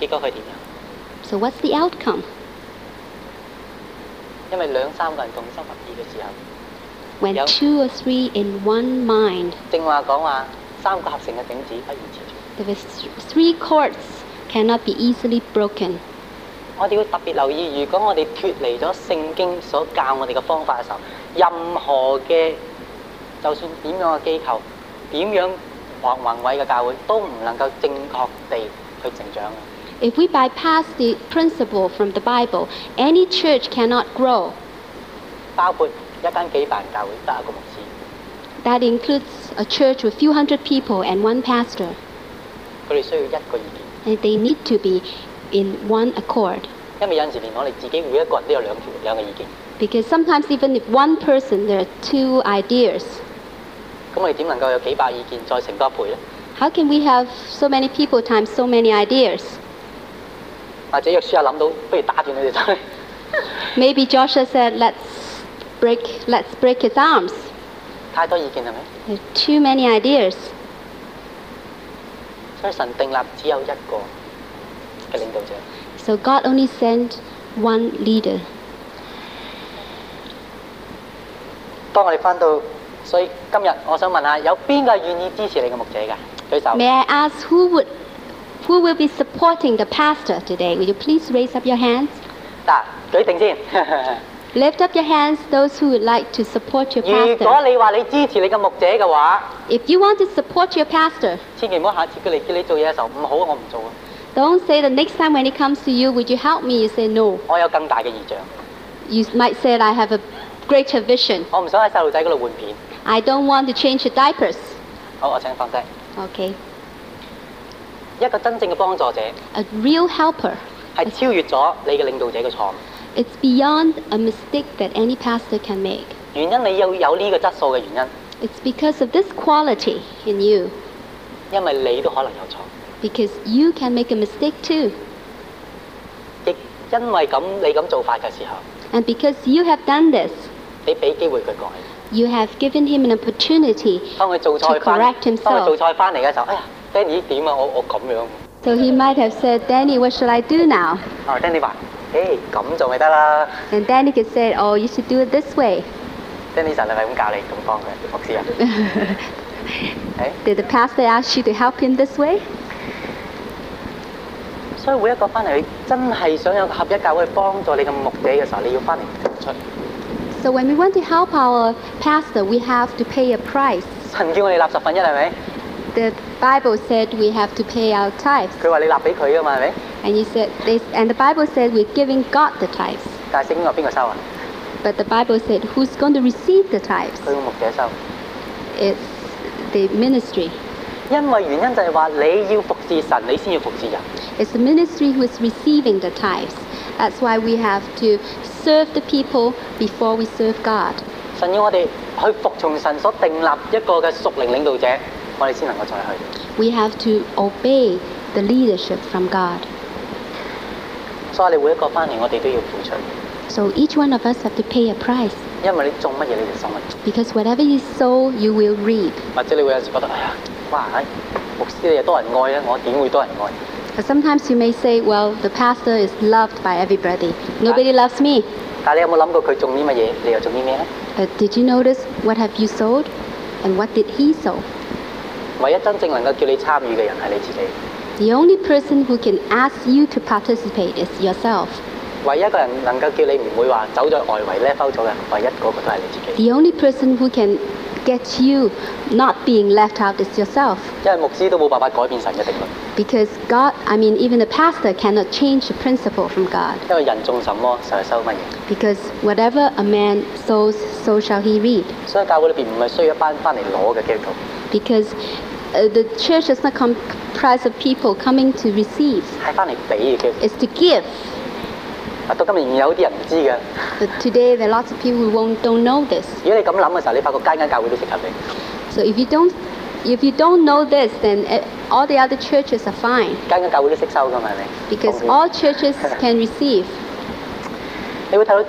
[SPEAKER 2] 結果佢點樣？
[SPEAKER 3] So what's the outcome?
[SPEAKER 2] 因為兩三個人同心合意嘅時候，
[SPEAKER 3] When
[SPEAKER 2] Yep.
[SPEAKER 3] two or three in one mind,
[SPEAKER 2] 正話講話三個合成嘅頂子不如自存。
[SPEAKER 3] the th- three cords cannot be easily broken.
[SPEAKER 2] 我哋要特別留意，如果我哋脱離咗聖經所教我哋嘅方法嘅時候，任何嘅就算點樣嘅機構、點樣宏宏偉嘅教會，都唔能夠正確地去成長嘅。
[SPEAKER 3] If we bypass the principle from the Bible, any church cannot grow.
[SPEAKER 2] 包括一間幾百人教會得一個牧師，
[SPEAKER 3] That includes a church with few hundred people and one pastor.
[SPEAKER 2] 佢哋需要一個意見，
[SPEAKER 3] And they need to be in one accord.
[SPEAKER 2] 因為有陣時連我哋自己每一個人都有兩條兩個意見，
[SPEAKER 3] Because sometimes, even if one person, there are two ideas.
[SPEAKER 2] 咁我哋點能夠有幾百意見再成多一倍呢？
[SPEAKER 3] How can we have so many people times so many ideas?
[SPEAKER 2] 或者約書亞諗到，不如打斷佢哋走。
[SPEAKER 3] Maybe Joshua said, "Let's break, let's break his arms."
[SPEAKER 2] <laughs> 太多意見係咪？
[SPEAKER 3] There are too many ideas.
[SPEAKER 2] 所以神定立只有一個嘅領導者。
[SPEAKER 3] So God only sent one leader.
[SPEAKER 2] 當我哋翻到，所以今日我想問下，有邊個係願意支持你嘅牧者㗎？舉手。
[SPEAKER 3] May I ask who would, who will be supporting the pastor today? Will you please raise up your hands?
[SPEAKER 2] 嗱，舉定先。
[SPEAKER 3] Lift up your hands, those who would like to support your
[SPEAKER 2] 如果
[SPEAKER 3] pastor.
[SPEAKER 2] 你話你支持你嘅牧者嘅話，
[SPEAKER 3] If you want to support your pastor,
[SPEAKER 2] 千祈唔好下次佢嚟叫你做嘢嘅時候，唔好我唔做啊，
[SPEAKER 3] don't say the next time when he comes to you, "Would you help me?" You say no.
[SPEAKER 2] 我有更大嘅異象，
[SPEAKER 3] You might say, "I have a greater vision.
[SPEAKER 2] 我唔想喺細路仔嗰度換片。
[SPEAKER 3] I don't want to change the diapers."
[SPEAKER 2] 好，我請放低。
[SPEAKER 3] Okay.
[SPEAKER 2] 一個真正嘅幫助者
[SPEAKER 3] A real helper.
[SPEAKER 2] 係超越咗你嘅領導者嘅錯誤，
[SPEAKER 3] It's beyond a mistake that any pastor can make.
[SPEAKER 2] 原因你要有呢個質素嘅原因，
[SPEAKER 3] It's because of this quality in you,
[SPEAKER 2] 因為你都可能有錯，
[SPEAKER 3] because you can make a mistake too.
[SPEAKER 2] 亦因為咁你咁做法嘅時候，
[SPEAKER 3] And because you have done this,
[SPEAKER 2] 你俾機會佢改。
[SPEAKER 3] you have given him an opportunity.
[SPEAKER 2] 當佢做菜
[SPEAKER 3] To
[SPEAKER 2] 翻，當
[SPEAKER 3] correct himself.
[SPEAKER 2] 佢做菜翻嚟嘅時候，哎呀，Danny 點啊？我我咁樣，
[SPEAKER 3] So he might have said, Danny, what shall I do now?
[SPEAKER 2] 啊 Danny 話：，誒咁做咪得啦。
[SPEAKER 3] And Danny could say, oh, you should do it this way.
[SPEAKER 2] Danny 神係咪咁教你咁幫佢牧
[SPEAKER 3] <laughs>
[SPEAKER 2] 師啊？誒，
[SPEAKER 3] Did the pastor ask you to help him this way?
[SPEAKER 2] 所以每一個翻嚟，你真係想有個合一教會去幫助你嘅牧者嘅時候，你要翻嚟付出。
[SPEAKER 3] So when we want to help our pastor, we have to pay a price.
[SPEAKER 2] 神叫我哋立十分一係咪？
[SPEAKER 3] The Bible said we have to pay our tithes.
[SPEAKER 2] 佢話你立俾佢噶嘛係咪？
[SPEAKER 3] And you said they, and the Bible said we're giving God the tithes.
[SPEAKER 2] 但係聖經話邊個收啊？
[SPEAKER 3] But the Bible said who's going to receive the tithes?
[SPEAKER 2] 佢個牧者收。
[SPEAKER 3] It's the ministry.
[SPEAKER 2] 因為原因就係話你要服侍神，你先要服侍人。
[SPEAKER 3] It's the ministry who is receiving the tithes. That's why we have to serve the people before we serve God.
[SPEAKER 2] 神要我哋去服從神所定立一個嘅屬靈領導者，我哋先能夠再去。
[SPEAKER 3] We have to obey the leadership from God.
[SPEAKER 2] 所以你每一個翻嚟，我哋都要付出，
[SPEAKER 3] So each one of us have to pay a price
[SPEAKER 2] 因為你種乜嘢你就收乜嘢，
[SPEAKER 3] because whatever you sow, you will reap.
[SPEAKER 2] 或者你會有時覺得，哎呀，哇，唉牧師你又多人愛咧，我點會多人愛？
[SPEAKER 3] But sometimes you may say, well, the pastor is loved by everybody. Nobody loves me.
[SPEAKER 2] 但係你有冇諗過佢種啲乜嘢，你又種啲咩啊呢？
[SPEAKER 3] But did you notice what have you sowed and what did he sow?
[SPEAKER 2] 唯一真正能夠叫你參與嘅人係你自己，
[SPEAKER 3] The only person who can ask you to participate is yourself.
[SPEAKER 2] 唯一一個人能夠叫你唔會話走咗外圍 level 咗嘅，唯一嗰個都係你自己。
[SPEAKER 3] The only person who can get you not being left out is yourself.
[SPEAKER 2] 因為牧師都冇辦法改變神嘅定律，
[SPEAKER 3] Because God, I mean, even the pastor cannot change the principle from God.
[SPEAKER 2] 因為人種什麼就係收乜嘢。
[SPEAKER 3] Because whatever a man sows, so shall he reap.
[SPEAKER 2] 所以教會裏邊唔係需要一班翻嚟攞嘅基督徒，
[SPEAKER 3] Because uh, the church is not com- comprised of people coming to receive,
[SPEAKER 2] 係翻嚟俾嘅基督
[SPEAKER 3] it's to give.
[SPEAKER 2] 徒。啊，到今日仍然有啲人唔知嘅。
[SPEAKER 3] But today, there are lots of people who won't, don't know this.
[SPEAKER 2] 如果你咁諗嘅時候，你發覺間間教會都適合你。
[SPEAKER 3] So if you don't, if you don't know this, then uh, all the other churches are fine.
[SPEAKER 2] 間間教會都識收㗎嘛，係咪
[SPEAKER 3] Because
[SPEAKER 2] Okay.
[SPEAKER 3] all churches can receive.
[SPEAKER 2] 你會睇到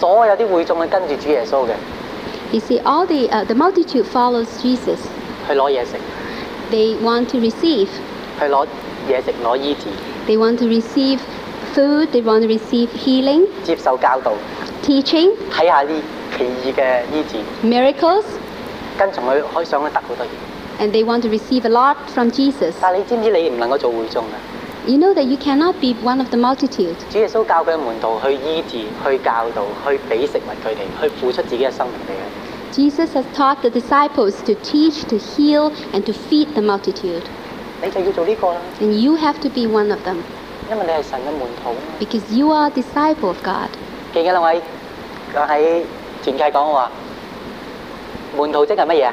[SPEAKER 2] 所有啲會眾係跟住主耶穌嘅，
[SPEAKER 3] You see, all the uh, the multitude follows Jesus.
[SPEAKER 2] 去攞嘢食，
[SPEAKER 3] They want to receive.
[SPEAKER 2] 去攞嘢食，攞醫治，
[SPEAKER 3] They want to receive food. They want to receive healing,
[SPEAKER 2] 接受教導，
[SPEAKER 3] teaching,
[SPEAKER 2] 睇下啲奇異嘅醫治，
[SPEAKER 3] miracles,
[SPEAKER 2] 跟從佢可以上去得好多嘢。
[SPEAKER 3] and they want to receive a lot from Jesus.
[SPEAKER 2] 但係你知唔知你唔能夠做會眾啊？
[SPEAKER 3] You know that you cannot be one of the multitude.
[SPEAKER 2] 主耶穌教佢嘅門徒去醫治、去教導、去俾食物佢哋，去付出自己嘅生命俾佢。
[SPEAKER 3] Jesus has taught the disciples to teach, to heal, and to feed the multitude.
[SPEAKER 2] 你就要做呢個啦，
[SPEAKER 3] And you have to be one of them
[SPEAKER 2] 因為你係神嘅門徒啊嘛。
[SPEAKER 3] because you are a disciple of God.
[SPEAKER 2] 記唔記得我喺我喺團契講我話門徒即係乜嘢啊？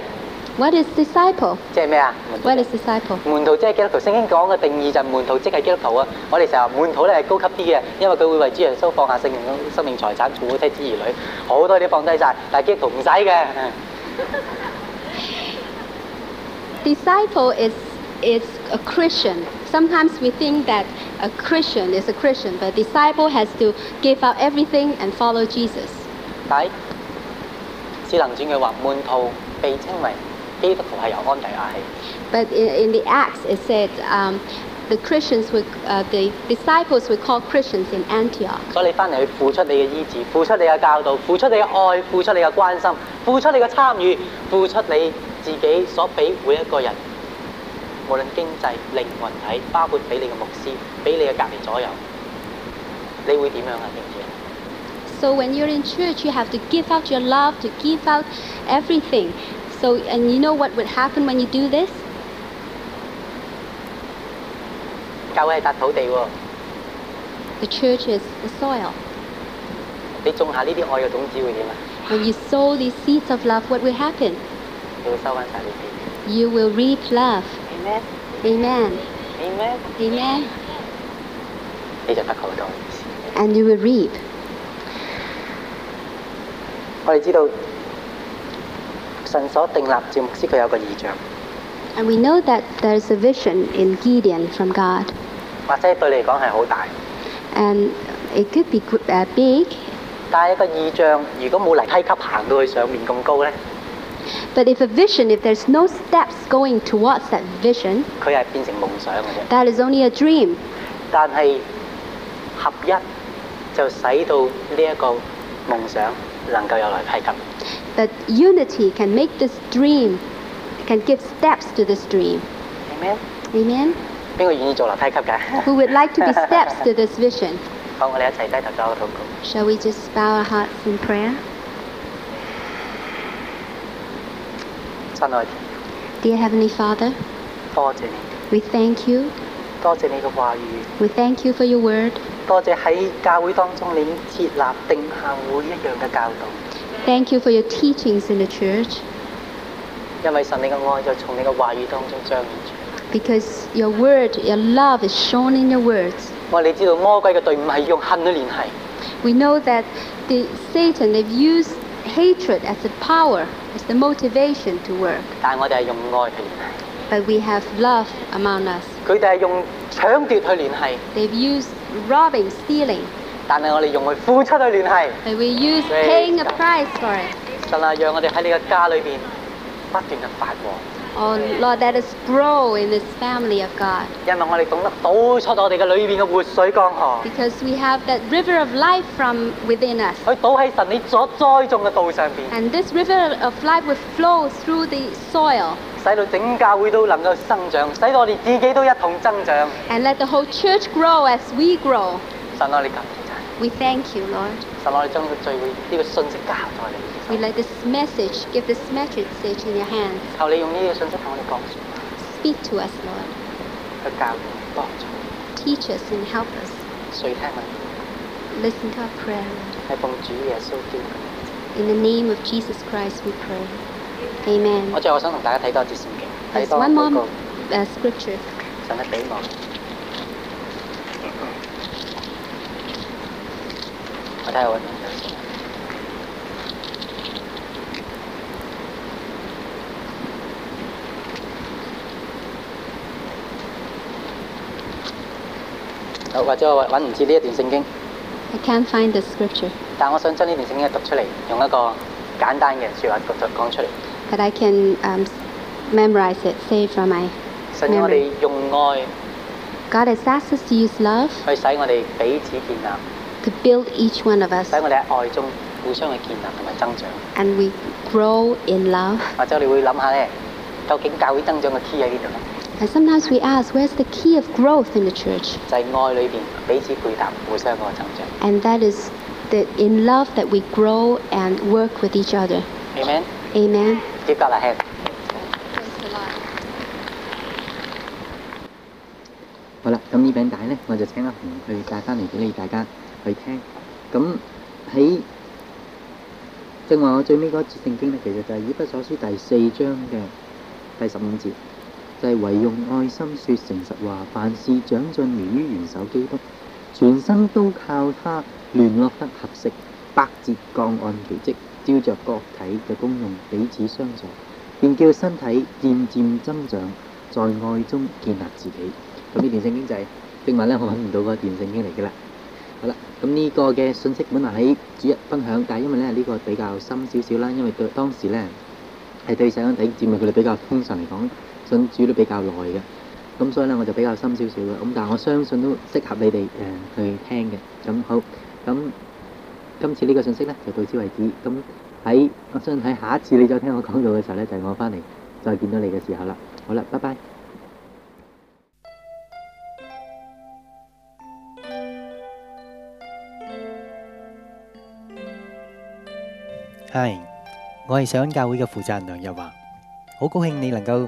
[SPEAKER 3] What is disciple?
[SPEAKER 2] 即係咩啊？
[SPEAKER 3] What is disciple?
[SPEAKER 2] 門徒即係基督徒，聖經講嘅定義就係門徒即係基督徒啊！我哋成日話門徒咧係高級啲嘅，因為佢會為主耶穌放下性命、生命、財產、父母、妻子、兒女，好多嘢都放低晒。但係基督徒唔使嘅，
[SPEAKER 3] Disciple is is a Christian. Sometimes we think that a Christian is a Christian, but disciple has to give up everything and follow Jesus.
[SPEAKER 2] 但係使能轉佢話門徒被稱為基督徒係由安提阿起。
[SPEAKER 3] But in, in the Acts, it said um, the Christians were uh, the disciples were called Christians in Antioch.
[SPEAKER 2] 所以你翻嚟去付出你嘅醫治，付出你嘅教導，付出你嘅愛，付出你嘅關心，付出你嘅參與，付出你自己所俾每一個人，無論經濟、靈魂體，包括俾你嘅牧師，俾你嘅隔離左右，你會點樣啊？知唔知啊？
[SPEAKER 3] So when you're in church, you have to give out your love, to give out everything. So and you know what would happen when you do this?
[SPEAKER 2] 教會係笪土地喎，
[SPEAKER 3] The church is the soil.
[SPEAKER 2] 你種下呢啲愛嘅種子會點啊？
[SPEAKER 3] When you sow these seeds of love, what will happen?
[SPEAKER 2] 你會收翻晒呢啲。
[SPEAKER 3] You will reap love.
[SPEAKER 2] Amen,
[SPEAKER 3] Amen.
[SPEAKER 2] amen，
[SPEAKER 3] Amen.
[SPEAKER 2] 你就得好多。
[SPEAKER 3] And you will reap.
[SPEAKER 2] 我哋知道神所定立節目師，佢有個異象，
[SPEAKER 3] And we know that there is a vision in Gideon from God.
[SPEAKER 2] 或者對你嚟講係好大。
[SPEAKER 3] And it could be gr- uh, big,
[SPEAKER 2] 但係一個意象，如果冇嚟梯級行到去上面咁高呢，
[SPEAKER 3] but if a vision, if there's no steps going towards that vision,
[SPEAKER 2] 佢係變成夢想嘅啫。
[SPEAKER 3] that is only a dream.
[SPEAKER 2] 但係合一就使到呢一個夢想能夠有嚟梯級。
[SPEAKER 3] But unity can make this dream, can give steps to this dream.
[SPEAKER 2] 係咩？
[SPEAKER 3] Amen?
[SPEAKER 2] 邊個願意做樓梯級㗎？ <laughs>
[SPEAKER 3] Who would like to be steps to this vision?
[SPEAKER 2] 好，我哋一齊低頭做一個禱告。
[SPEAKER 3] Shall we just bow our hearts in prayer?
[SPEAKER 2] 親愛的，
[SPEAKER 3] Dear Heavenly Father,
[SPEAKER 2] 多謝你，
[SPEAKER 3] we thank you.
[SPEAKER 2] 多謝你嘅話語，
[SPEAKER 3] We thank you for your word.
[SPEAKER 2] 多謝喺教會當中你已經設立定下每一樣嘅教導。
[SPEAKER 3] Thank you for your teachings in the church
[SPEAKER 2] 因為神你嘅愛就從你嘅話語當中彰顯出。
[SPEAKER 3] because your word, your love is shown in your words.
[SPEAKER 2] 我哋知道魔鬼嘅隊伍係用恨去聯繫。
[SPEAKER 3] We know that the Satan they've used hatred as the power, as the motivation to work.
[SPEAKER 2] 但係我哋係用愛去聯繫，
[SPEAKER 3] But we have love among us.
[SPEAKER 2] 佢哋係用搶奪去聯繫，
[SPEAKER 3] They've used robbing, stealing,
[SPEAKER 2] 但係我哋用去付出去聯繫。
[SPEAKER 3] but we use
[SPEAKER 2] Praise
[SPEAKER 3] paying a
[SPEAKER 2] God.
[SPEAKER 3] price for it.
[SPEAKER 2] 神啊，讓我哋喺你嘅家裏邊不斷嘅發旺，
[SPEAKER 3] Oh Lord, let us grow in this family of God
[SPEAKER 2] 因為我哋懂得倒出我哋嘅裏邊嘅活水江河，
[SPEAKER 3] because we have that river of life from within us.
[SPEAKER 2] 去倒喺神你所栽種嘅道上邊，
[SPEAKER 3] And this river of life will flow through the soil
[SPEAKER 2] 使到整教會都能夠生長，使到我哋自己都一同增長。
[SPEAKER 3] and let the whole church grow as we grow.
[SPEAKER 2] 神啊，你感謝你，
[SPEAKER 3] We thank you, Lord.
[SPEAKER 2] 神啊，你將呢個聚會呢、個信息交代你
[SPEAKER 3] We let this message, give this message stage in your hands.
[SPEAKER 2] 求你用呢個信息同我哋講述，
[SPEAKER 3] Speak to us, Lord.
[SPEAKER 2] 去教導我哋幫助我
[SPEAKER 3] Teach us and help us.
[SPEAKER 2] 哋，垂聽我哋，
[SPEAKER 3] Listen to our prayer, Lord.
[SPEAKER 2] 係奉主耶穌基督嘅名。
[SPEAKER 3] In the name of Jesus Christ, we pray. Amen.
[SPEAKER 2] 我最後想同大家睇多一節聖經，睇
[SPEAKER 3] There's
[SPEAKER 2] 多
[SPEAKER 3] one
[SPEAKER 2] 嗰個
[SPEAKER 3] more uh, scripture.
[SPEAKER 2] 神嘅俾我。我睇下揾唔揾到先。好，或者我揾唔知呢一段聖經，
[SPEAKER 3] I can't find the scripture,
[SPEAKER 2] 但我想將呢段聖經讀出嚟，用一個簡單嘅説話讀出講出嚟。
[SPEAKER 3] but I can um, s- memorize it, say it from my
[SPEAKER 2] 神要我哋用愛
[SPEAKER 3] God has asked us to use love
[SPEAKER 2] 去使我哋彼此建立。
[SPEAKER 3] to build each one of us,
[SPEAKER 2] 使我哋喺愛中互相去建立同埋增長。
[SPEAKER 3] and we grow in love.
[SPEAKER 2] 或者我哋會諗下咧，究竟教會增長嘅 key 喺邊度咧？
[SPEAKER 3] And sometimes we ask, where's the key of growth in the church?
[SPEAKER 2] 就係、愛裏邊彼此配搭，互相嗰個增長。
[SPEAKER 3] And that is that in love that we grow and work with each other.
[SPEAKER 2] Amen。
[SPEAKER 4] Amen.
[SPEAKER 2] Give God a hand.
[SPEAKER 3] Praise the Lord.
[SPEAKER 1] 好啦，咁呢餅帶呢，我就請阿紅去帶翻嚟俾你大家去聽。咁喺正話我最尾嗰一節聖經呢，其實就係以弗所書第四章嘅第十五節，就係、唯用愛心説誠實話，凡事長進源於元首基督，全身都靠他聯絡得合適，百節各按其職，照着各體嘅功用彼此相助，便叫身體漸漸增長，在愛中建立自己。咁呢段聖經就係正話咧，我揾唔到嗰段聖經嚟嘅啦。好啦，咁呢個嘅信息本來喺主日分享，但係因為咧呢、呢個比較深少少啦，因為對當時咧係對細蚊仔節目佢哋比較通常嚟講信主都比較耐嘅，咁所以咧我就比較深少少嘅。咁但係我相信都適合你哋誒、呃去聽嘅。咁好，咁今次呢個信息咧就到此為止。咁喺我相信喺下一次你再聽我講到嘅時候咧，就係、我翻嚟再見到你嘅時候啦。好啦，拜拜。
[SPEAKER 5] 系，我系上恩教会嘅负责人梁日华，好高兴你能够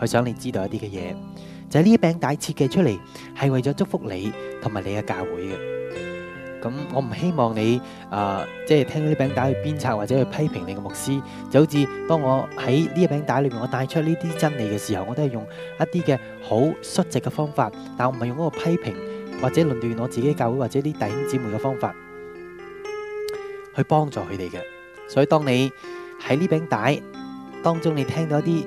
[SPEAKER 5] 去想你知道一啲嘅嘢，就係呢餅帶設計出嚟係為咗祝福你同埋你嘅教會嘅。咁我唔希望你啊、呃即係聽到呢餅帶去鞭策或者去批評你嘅牧師，就好似當我喺呢一餅帶裏面，我帶出呢啲真理嘅時候，我都係用一啲嘅好率直嘅方法，但我唔係用嗰個批評。或者論斷我自己教會或者啲弟兄姊妹嘅方法，去幫助佢哋嘅。所以當你喺呢餅帶當中，你聽到一啲